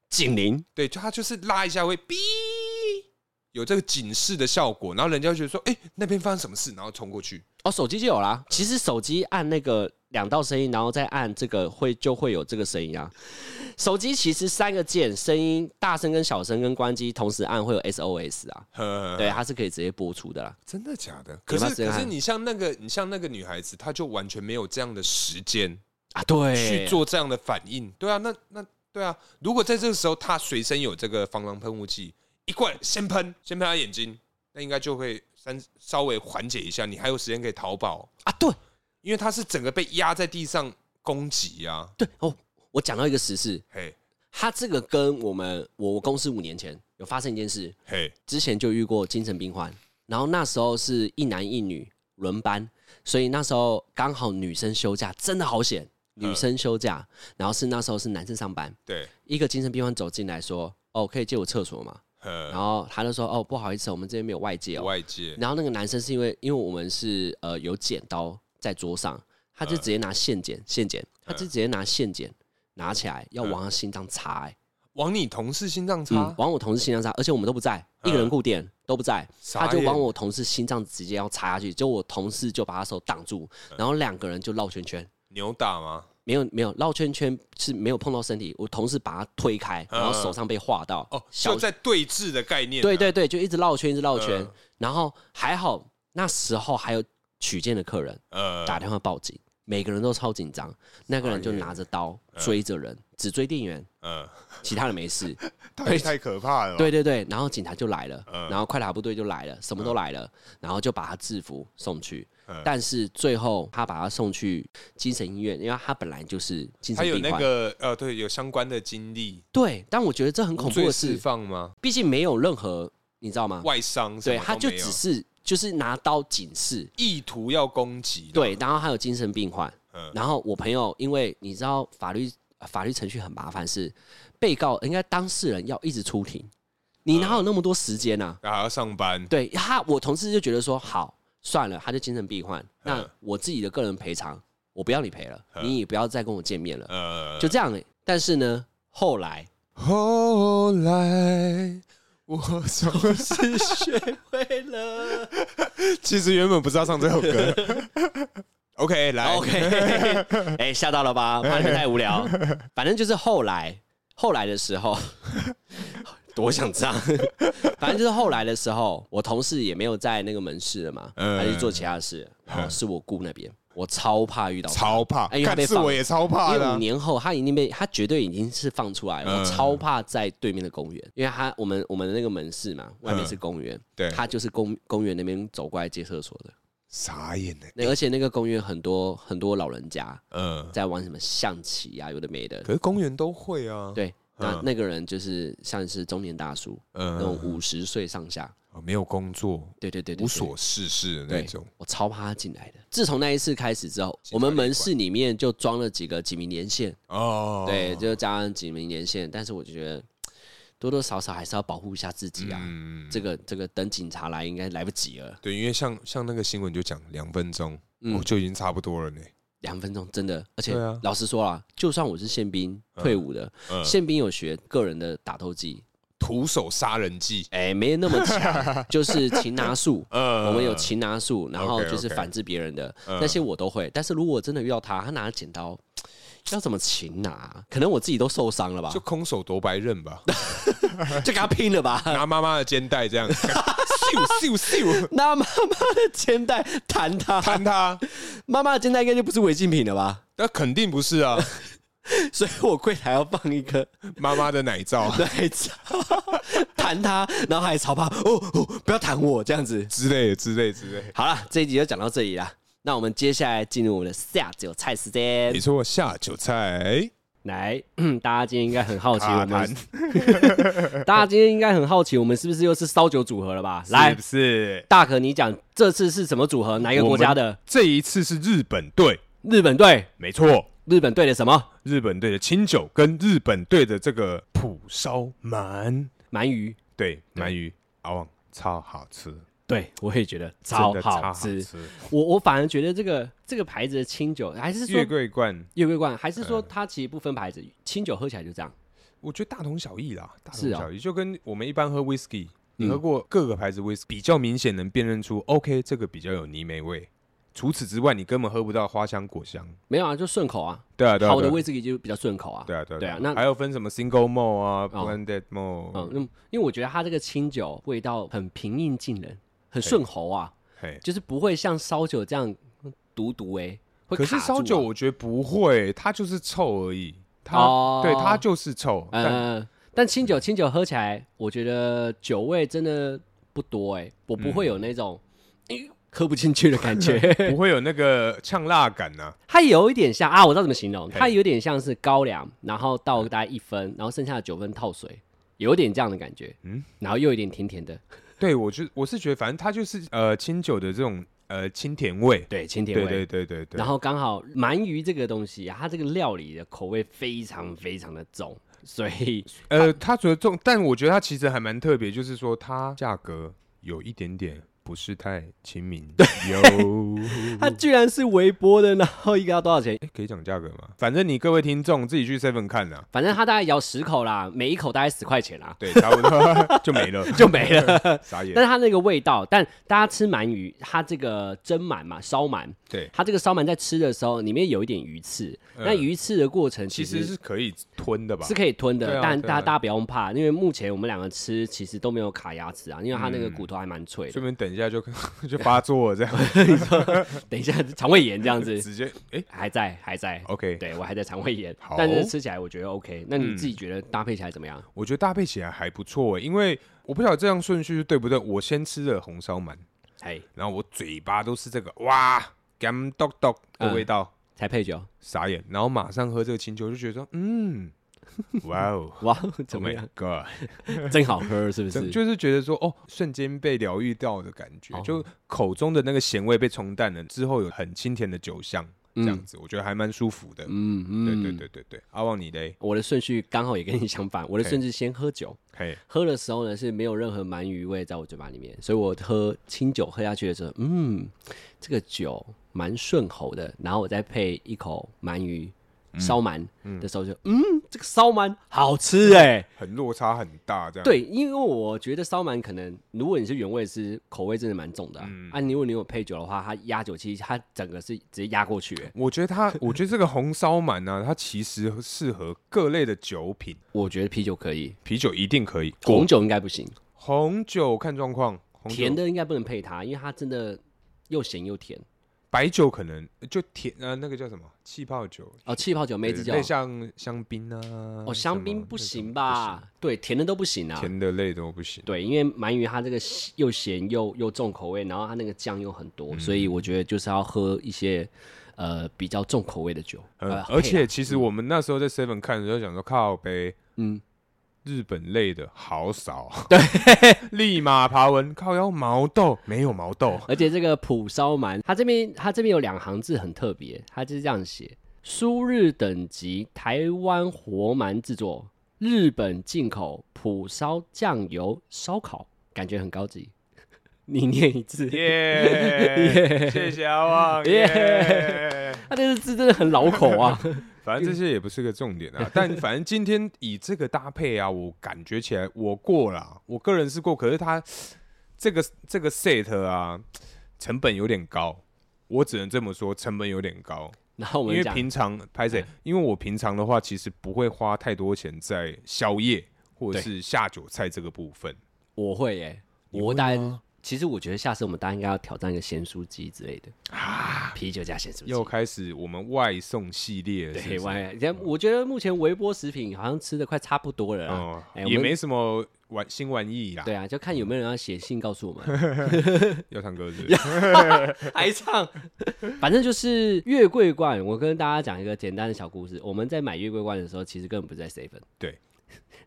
[SPEAKER 1] 警铃，
[SPEAKER 2] 对，就它就是拉一下会哔，有这个警示的效果，然后人家就觉得说，哎、那边发生什么事，然后冲过去。
[SPEAKER 1] 哦，手机就有啦。其实手机按那个两道声音，然后再按这个会就会有这个声音啊。手机其实三个键，声音大声跟小声跟关机同时按会有 SOS 啊，
[SPEAKER 2] 呃，
[SPEAKER 1] 对，它是可以直接播出的啦。
[SPEAKER 2] 真的假的？可
[SPEAKER 1] 有没有
[SPEAKER 2] 是
[SPEAKER 1] 这个
[SPEAKER 2] 可是
[SPEAKER 1] 案
[SPEAKER 2] 你像那个你像那个女孩子，她就完全没有这样的时间
[SPEAKER 1] 啊，对，
[SPEAKER 2] 去做这样的反应。对啊，那那对啊，如果在这个时候她随身有这个防狼喷雾剂，一过来先喷，先喷她眼睛，那应该就会三稍微缓解一下，你还有时间可以逃跑，
[SPEAKER 1] 啊，对
[SPEAKER 2] 因为她是整个被压在地上攻击啊。
[SPEAKER 1] 对哦，我讲到一个实事，
[SPEAKER 2] 嘿
[SPEAKER 1] 它这个跟我们我我公司五年前有发生一件事，
[SPEAKER 2] 嘿，
[SPEAKER 1] 之前就遇过精神病患，然后那时候是一男一女轮班，所以那时候刚好女生休假，真的好险，女生休假，然后是那时候是男生上班，
[SPEAKER 2] 对，
[SPEAKER 1] 一个精神病患走进来说：“哦，可以借我厕所吗？”
[SPEAKER 2] 呃，
[SPEAKER 1] 然后他就说：“哦，不好意思，我们这边没有外借哦。
[SPEAKER 2] 外”界
[SPEAKER 1] 然后那个男生是因为因为我们是呃有剪刀在桌上，他就直接拿线剪线剪，他就直接拿线剪拿起来要往他心脏插、欸，
[SPEAKER 2] 往你同事心脏
[SPEAKER 1] 嗯
[SPEAKER 2] 插，，
[SPEAKER 1] 往我同事心脏插，而且我们都不在，一个人固店都不在，
[SPEAKER 2] 嗯傻
[SPEAKER 1] 他就
[SPEAKER 2] 眼
[SPEAKER 1] 往我同事心脏直接要插下去，就我同事就把他手挡住，
[SPEAKER 2] 嗯
[SPEAKER 1] 然后两个人就绕圈圈，
[SPEAKER 2] 扭打吗？
[SPEAKER 1] 没有没有绕圈圈是没有碰到身体，我同事把他推开，然后手上被划到，
[SPEAKER 2] 嗯哦，
[SPEAKER 1] 小
[SPEAKER 2] 就在对峙的概念啊，
[SPEAKER 1] 对对对，就一直绕圈一直绕圈
[SPEAKER 2] 嗯，
[SPEAKER 1] 然后还好那时候还有取件的客人
[SPEAKER 2] 呃，
[SPEAKER 1] 打电话报警，每个人都超紧张，那个人就
[SPEAKER 2] 傻眼嗯
[SPEAKER 1] 拿着刀追着人，只追店员，
[SPEAKER 2] 呃，
[SPEAKER 1] 其他人没事。
[SPEAKER 2] 太太可怕了吧，
[SPEAKER 1] 对对对，然后警察就来了，
[SPEAKER 2] 嗯
[SPEAKER 1] 然后快打部队就来了，什么都来了，然后就把他制服送去
[SPEAKER 2] 嗯。
[SPEAKER 1] 但是最后他把他送去精神医院，因为他本来就是精
[SPEAKER 2] 他
[SPEAKER 1] 神
[SPEAKER 2] 有
[SPEAKER 1] 病
[SPEAKER 2] 那
[SPEAKER 1] 患。
[SPEAKER 2] 个呃，对，有相关的经历，
[SPEAKER 1] 对，但我觉得这很恐
[SPEAKER 2] 无
[SPEAKER 1] 怖
[SPEAKER 2] 罪
[SPEAKER 1] 的
[SPEAKER 2] 释
[SPEAKER 1] 是，
[SPEAKER 2] 放吗？
[SPEAKER 1] 毕竟没有任何你知道吗？
[SPEAKER 2] 外伤什
[SPEAKER 1] 对，
[SPEAKER 2] 么
[SPEAKER 1] 他
[SPEAKER 2] 都
[SPEAKER 1] 就
[SPEAKER 2] 没有
[SPEAKER 1] 只是就是拿刀警示。
[SPEAKER 2] 意图要攻击，，
[SPEAKER 1] 对，然后还有精神病患。
[SPEAKER 2] 嗯
[SPEAKER 1] 然后我朋友，因为你知道法律法律程序很麻烦，是被告应该当事人要一直出庭，你
[SPEAKER 2] 嗯
[SPEAKER 1] 哪有那么多时间啊？
[SPEAKER 2] 还要上班，
[SPEAKER 1] 对他，我同事就觉得说，好，算了，他就精神病患，那
[SPEAKER 2] 嗯
[SPEAKER 1] 我自己的个人赔偿，我不要你赔了，
[SPEAKER 2] 嗯
[SPEAKER 1] 你也不要再跟我见面了，
[SPEAKER 2] 呃，
[SPEAKER 1] 就这样、欸。但是呢，后 来
[SPEAKER 2] 后来。我总 是
[SPEAKER 1] 学会了
[SPEAKER 2] 其实原本不是要唱这首歌。OK，来
[SPEAKER 1] ，OK，哎、吓到了吧？怕你们太无聊。反正就是后来，后来的时候， 多想这样，反正就是后来的时候，我同事也没有在那个门市了嘛，
[SPEAKER 2] 嗯
[SPEAKER 1] 他去做其他的事，然后是我姑那边，我超怕遇到他，
[SPEAKER 2] 超怕，
[SPEAKER 1] 哎因为他
[SPEAKER 2] 干
[SPEAKER 1] 被
[SPEAKER 2] 是
[SPEAKER 1] 放
[SPEAKER 2] 我也超怕
[SPEAKER 1] 因
[SPEAKER 2] 的
[SPEAKER 1] 为五
[SPEAKER 2] 啊。
[SPEAKER 1] 年后他已经被他绝对已经是放出来了，
[SPEAKER 2] 嗯
[SPEAKER 1] 我超怕在对面的公园，因为他我们我们的那个门市嘛，外面是公园，
[SPEAKER 2] 嗯对
[SPEAKER 1] 他就是公公园那边走过来借厕所的，
[SPEAKER 2] 傻眼呢。
[SPEAKER 1] 那而且那个公园很多很多老人家
[SPEAKER 2] 嗯，
[SPEAKER 1] 在玩什么象棋啊，有的没的，
[SPEAKER 2] 可是公园都会啊。，
[SPEAKER 1] 对，那
[SPEAKER 2] 嗯
[SPEAKER 1] 那个人就是像是中年大叔，那种
[SPEAKER 2] 嗯，
[SPEAKER 1] 五十岁上下，
[SPEAKER 2] 哦没有工作，
[SPEAKER 1] 对对对对，对
[SPEAKER 2] 无所事事的那种。
[SPEAKER 1] 我超怕他进来的。自从那一次开始之后，
[SPEAKER 2] 警察
[SPEAKER 1] 我们门市里面就装了几个警民连线，
[SPEAKER 2] 哦，
[SPEAKER 1] 对，就加上警民连线。但是我就觉得多多少少还是要保护一下自己啊。
[SPEAKER 2] 嗯，
[SPEAKER 1] 这个这个，等警察来应该来不及了。
[SPEAKER 2] 对，因为像像那个新闻就讲两分钟，
[SPEAKER 1] 嗯
[SPEAKER 2] 我就已经差不多了呢。
[SPEAKER 1] 两分钟真的，而且
[SPEAKER 2] 对啊
[SPEAKER 1] 老实说啊，就算我是宪兵退伍的，
[SPEAKER 2] 嗯
[SPEAKER 1] 宪兵有学个人的打斗技，
[SPEAKER 2] 徒手杀人记，
[SPEAKER 1] 哎，没那么 强，就是擒拿术。
[SPEAKER 2] 呃
[SPEAKER 1] 我们有擒拿术，然后
[SPEAKER 2] OK，OK
[SPEAKER 1] 就是反制别人的
[SPEAKER 2] 嗯
[SPEAKER 1] 那些我都会。但是如果真的遇到他，他拿着剪刀，要怎么擒拿啊？可能我自己都受伤了吧
[SPEAKER 2] 就，空手夺白刃吧，
[SPEAKER 1] 就跟他拼了吧。
[SPEAKER 2] 拿妈妈的肩带这样，咻咻咻，
[SPEAKER 1] 那妈妈的肩带弹他，
[SPEAKER 2] 弹他，
[SPEAKER 1] 妈妈的肩带应该就不是违禁品了吧？
[SPEAKER 2] 那肯定不是啊，
[SPEAKER 1] 所以我柜台要放一个
[SPEAKER 2] 妈妈的奶罩
[SPEAKER 1] 奶罩 弹他，然后还超怕哦哦，不要弹我这样子。
[SPEAKER 2] 之类的之类之类。
[SPEAKER 1] 好了，这一集就讲到这里啦。那我们接下来进入我们的下酒菜时间
[SPEAKER 2] 没。错，下酒菜，
[SPEAKER 1] 来， 大家今天应该很好奇
[SPEAKER 2] 卡
[SPEAKER 1] 我们
[SPEAKER 2] 痰，
[SPEAKER 1] 大家今天应该很好奇我们是不是又是烧酒组合了吧？来
[SPEAKER 2] 是不，是？
[SPEAKER 1] 大可，你讲这次是什么组合？哪一个国家的？
[SPEAKER 2] 这一次是日本队，
[SPEAKER 1] 日本队，
[SPEAKER 2] 没错，
[SPEAKER 1] 日本队的什么？
[SPEAKER 2] 日本队的清酒跟日本队的这个蒲烧鳗，
[SPEAKER 1] 鳗鱼。
[SPEAKER 2] 对，鳗鱼，阿旺超好吃，
[SPEAKER 1] 对，我也觉得
[SPEAKER 2] 真
[SPEAKER 1] 超
[SPEAKER 2] 的
[SPEAKER 1] 好
[SPEAKER 2] 超
[SPEAKER 1] 吃。我我反而觉得这个这个牌子的清酒，还是说
[SPEAKER 2] 月桂嗯冠，
[SPEAKER 1] 月桂冠，还是说它其实不分牌子，清酒喝起来就这样。
[SPEAKER 2] 我觉得大同小异啦，大同
[SPEAKER 1] 是嗯哦
[SPEAKER 2] 小异，就跟我们一般喝 whisky，你喝过各个牌子 whisky，比较明显能辨认出，OK，这个比较有泥煤味。除此之外，你根本喝不到花香果香。
[SPEAKER 1] 没有啊，就顺口啊。
[SPEAKER 2] 对啊，对啊，
[SPEAKER 1] 好
[SPEAKER 2] 对
[SPEAKER 1] 的
[SPEAKER 2] 啊
[SPEAKER 1] 威士忌就比较顺口啊。
[SPEAKER 2] 对啊，对啊，
[SPEAKER 1] 对啊那
[SPEAKER 2] 还有分什么 single malt 啊
[SPEAKER 1] 哦
[SPEAKER 2] ，blended malt，
[SPEAKER 1] 嗯，那么因为我觉得它这个清酒味道很平易近人，很顺喉啊，
[SPEAKER 2] 嘿。
[SPEAKER 1] 就是不会像烧酒这样毒毒哎。会
[SPEAKER 2] 可
[SPEAKER 1] 卡
[SPEAKER 2] 是
[SPEAKER 1] 住
[SPEAKER 2] 烧
[SPEAKER 1] 啊
[SPEAKER 2] 酒，我觉得不会，它就是臭而已。它、
[SPEAKER 1] 哦
[SPEAKER 2] 对，它就是臭。但
[SPEAKER 1] 嗯，但清酒清酒喝起来，我觉得酒味真的不多哎、我不
[SPEAKER 2] 嗯
[SPEAKER 1] 会有那种、诶喝不进去的感觉。
[SPEAKER 2] 不会有那个呛辣感呐、
[SPEAKER 1] 它有一点像啊，我知道怎么形容，
[SPEAKER 2] 嘿
[SPEAKER 1] 它有点像是高粱，然后倒大概一分，然后剩下的九分套水，有点这样的感觉。嗯
[SPEAKER 2] 嗯，
[SPEAKER 1] 然后又有点甜甜的，
[SPEAKER 2] 对我就我是觉得，反正它就是呃清酒的这种呃清甜味。
[SPEAKER 1] 对，清甜味。
[SPEAKER 2] 对对对对对。
[SPEAKER 1] 然后刚好鳗鱼这个东西、啊，它这个料理的口味非常非常的重，所以
[SPEAKER 2] 呃，它除了重，但我觉得它其实还蛮特别，就是说它价格有一点点不是太亲民。 有，
[SPEAKER 1] 它居然是微波的，然后一个要多少钱？
[SPEAKER 2] 诶可以讲价格吗？反正你各位听众自己去 seven 看啦、
[SPEAKER 1] 反正它大概咬十口啦，每一口大概十块钱啦，啊
[SPEAKER 2] 对，差不多 就没了，
[SPEAKER 1] 就没了。
[SPEAKER 2] 傻眼
[SPEAKER 1] 但。是它那个味道，但大家吃鳗鱼，它这个蒸鳗嘛，烧鳗，
[SPEAKER 2] 对，
[SPEAKER 1] 它这个烧鳗在吃的时候，里面有一点鱼刺。那鱼刺的过程
[SPEAKER 2] 嗯其
[SPEAKER 1] 其
[SPEAKER 2] 实
[SPEAKER 1] 实
[SPEAKER 2] 是可以吞的吧
[SPEAKER 1] 是？可以吞
[SPEAKER 2] 对
[SPEAKER 1] 的，
[SPEAKER 2] 啊
[SPEAKER 1] 但
[SPEAKER 2] 对
[SPEAKER 1] 大
[SPEAKER 2] 啊
[SPEAKER 1] 家大家不用怕，因为目前我们两个吃其实都没有卡牙齿啊，因为它那个骨头还蛮脆的
[SPEAKER 2] 顺。便等一下就 就发作 了，这样
[SPEAKER 1] 等一下肠胃炎这样 子
[SPEAKER 2] 直接哎、
[SPEAKER 1] 还在还在。
[SPEAKER 2] OK，
[SPEAKER 1] 对，我还在肠胃炎
[SPEAKER 2] 好，嗯
[SPEAKER 1] 但是吃起来我觉得 OK。那你自己觉得搭配起来怎么样？
[SPEAKER 2] 我觉得搭配起来还不错欸，因为我不晓得这样顺序对不对。我先吃了红烧鳗，
[SPEAKER 1] 哎，
[SPEAKER 2] 然后我嘴巴都是这个哇干豆豆的味道，
[SPEAKER 1] 才配酒
[SPEAKER 2] 傻眼，然后马上喝这个清酒，就觉得说嗯，哇 哦
[SPEAKER 1] 哇，怎
[SPEAKER 2] ，Oh
[SPEAKER 1] 么
[SPEAKER 2] my
[SPEAKER 1] 样？
[SPEAKER 2] God，
[SPEAKER 1] 真好喝，是不
[SPEAKER 2] 真
[SPEAKER 1] 是？
[SPEAKER 2] 就是觉得说哦，瞬间被疗愈到的感觉，
[SPEAKER 1] 哦
[SPEAKER 2] 就口中的那个咸味被冲淡了，之后有很清甜的酒香，这样子，我觉得还蛮舒服的。
[SPEAKER 1] 嗯嗯，
[SPEAKER 2] 对对对对对，阿旺你嘞，
[SPEAKER 1] 我的顺序刚好也跟你相反，我的顺序先喝酒，
[SPEAKER 2] 嘿，
[SPEAKER 1] 喝的时候呢是没有任何鳗鱼味在我嘴巴里面，所以我喝清酒喝下去的时候，嗯，这个酒蛮顺喉的，然后我再配一口鳗鱼，烧鳗的时候就，嗯，这个烧鳗好吃哎、
[SPEAKER 2] 很落差很大，这样，
[SPEAKER 1] 对，因为我觉得烧鳗可能，如果你是原味吃，口味真的蛮重的啊。啊，如果你有配酒的话，它压酒其实它整个是直接压过去、欸。
[SPEAKER 2] 我觉 得它，我觉得这个红烧鳗呢、它其实适合各类的酒品，
[SPEAKER 1] 我觉得啤酒可以，
[SPEAKER 2] 啤酒一定可以，
[SPEAKER 1] 红酒应该不行，
[SPEAKER 2] 红酒看状况，红酒
[SPEAKER 1] 甜的应该不能配它，因为它真的又咸又甜。
[SPEAKER 2] 白酒可能就甜，呃，那个叫什么气泡酒，
[SPEAKER 1] 哦，气泡酒、梅子
[SPEAKER 2] 对
[SPEAKER 1] 酒，
[SPEAKER 2] 类像香槟啊，
[SPEAKER 1] 哦，香槟不
[SPEAKER 2] 什么
[SPEAKER 1] 行吧？对，甜的都不行
[SPEAKER 2] 那种
[SPEAKER 1] 啊。
[SPEAKER 2] 甜的类都不行。
[SPEAKER 1] 对，因为鳗鱼它这个咸又咸又又重口味，然后它那个酱又很多，所
[SPEAKER 2] 嗯
[SPEAKER 1] 以我觉得就是要喝一些呃比较重口味的酒，
[SPEAKER 2] 呃
[SPEAKER 1] 呃，
[SPEAKER 2] 而
[SPEAKER 1] 配
[SPEAKER 2] 且其实我们那时候在 Seven 看的时候，想说靠呗，
[SPEAKER 1] 嗯，
[SPEAKER 2] 日本类的好少，对， 立马爬文靠腰毛豆没有毛 豆，
[SPEAKER 1] 而且这个蒲烧鳗，它这边它这边有两行字很特别，它就是这样写：苏日等级台湾活鳗制作，日本进口蒲烧酱油烧烤，感觉很高级。 你念一次，
[SPEAKER 2] 耶，谢谢阿旺，耶。
[SPEAKER 1] 它这个字真的很老口 啊。
[SPEAKER 2] 反正这些也不是个重点 啊，但反正今天以这个搭配啊，我感觉起来我过啦，我个人是过，可是它这个这个 set 啊，成本有点高，我只能这么说，成本有点高。
[SPEAKER 1] 然后我们
[SPEAKER 2] 因为
[SPEAKER 1] 讲，嗯
[SPEAKER 2] 平常拍谁？因为我平常的话，其实不会花太多钱在宵夜或者
[SPEAKER 1] 对
[SPEAKER 2] 是下酒菜这个部分。
[SPEAKER 1] 我会耶、
[SPEAKER 2] 你
[SPEAKER 1] 我
[SPEAKER 2] 会
[SPEAKER 1] 大概
[SPEAKER 2] 吗
[SPEAKER 1] 其实我觉得下次我们大家应该要挑战一个咸酥鸡之类的啊，啤酒加咸酥鸡。
[SPEAKER 2] 又开始我们外送系列了，是不
[SPEAKER 1] 对，
[SPEAKER 2] 是
[SPEAKER 1] 外人家我觉得目前微波食品好像吃的快差不多了
[SPEAKER 2] 哦
[SPEAKER 1] 啦，哎，我
[SPEAKER 2] 也
[SPEAKER 1] 们
[SPEAKER 2] 没什么玩新玩意啦。
[SPEAKER 1] 对啊，就看有没有人要写信告诉我 们，
[SPEAKER 2] 要唱歌是不是？
[SPEAKER 1] 还唱。反正就是月桂冠，我跟大家讲一个简单的小故事。我们在买月桂冠的时候，其实根本不是在 seven，
[SPEAKER 2] 对，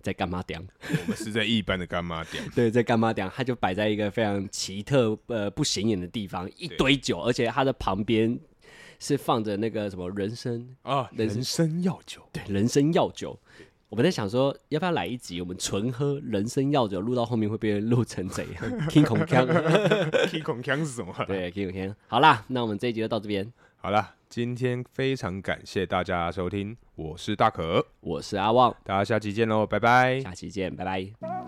[SPEAKER 1] 在干妈店。
[SPEAKER 2] 我们是在一般的干妈店。
[SPEAKER 1] 对，在干妈店，它就摆在一个非常奇特呃不显眼的地方，一堆酒，而且它的旁边是放着那个什么人参，
[SPEAKER 2] 啊，
[SPEAKER 1] 人
[SPEAKER 2] 人参药酒，
[SPEAKER 1] 对，人参药酒。我们在想说，要不要来一集我们纯喝人参药酒，录到后面会被录成怎样？听孔腔，
[SPEAKER 2] 提孔腔是什么？
[SPEAKER 1] 对，听孔腔。好啦，那我们这一集就到这边。
[SPEAKER 2] 好了，今天非常感谢大家收听，我是大可，
[SPEAKER 1] 我是阿旺，
[SPEAKER 2] 大家下期见喽，拜拜。
[SPEAKER 1] 下期见，拜拜。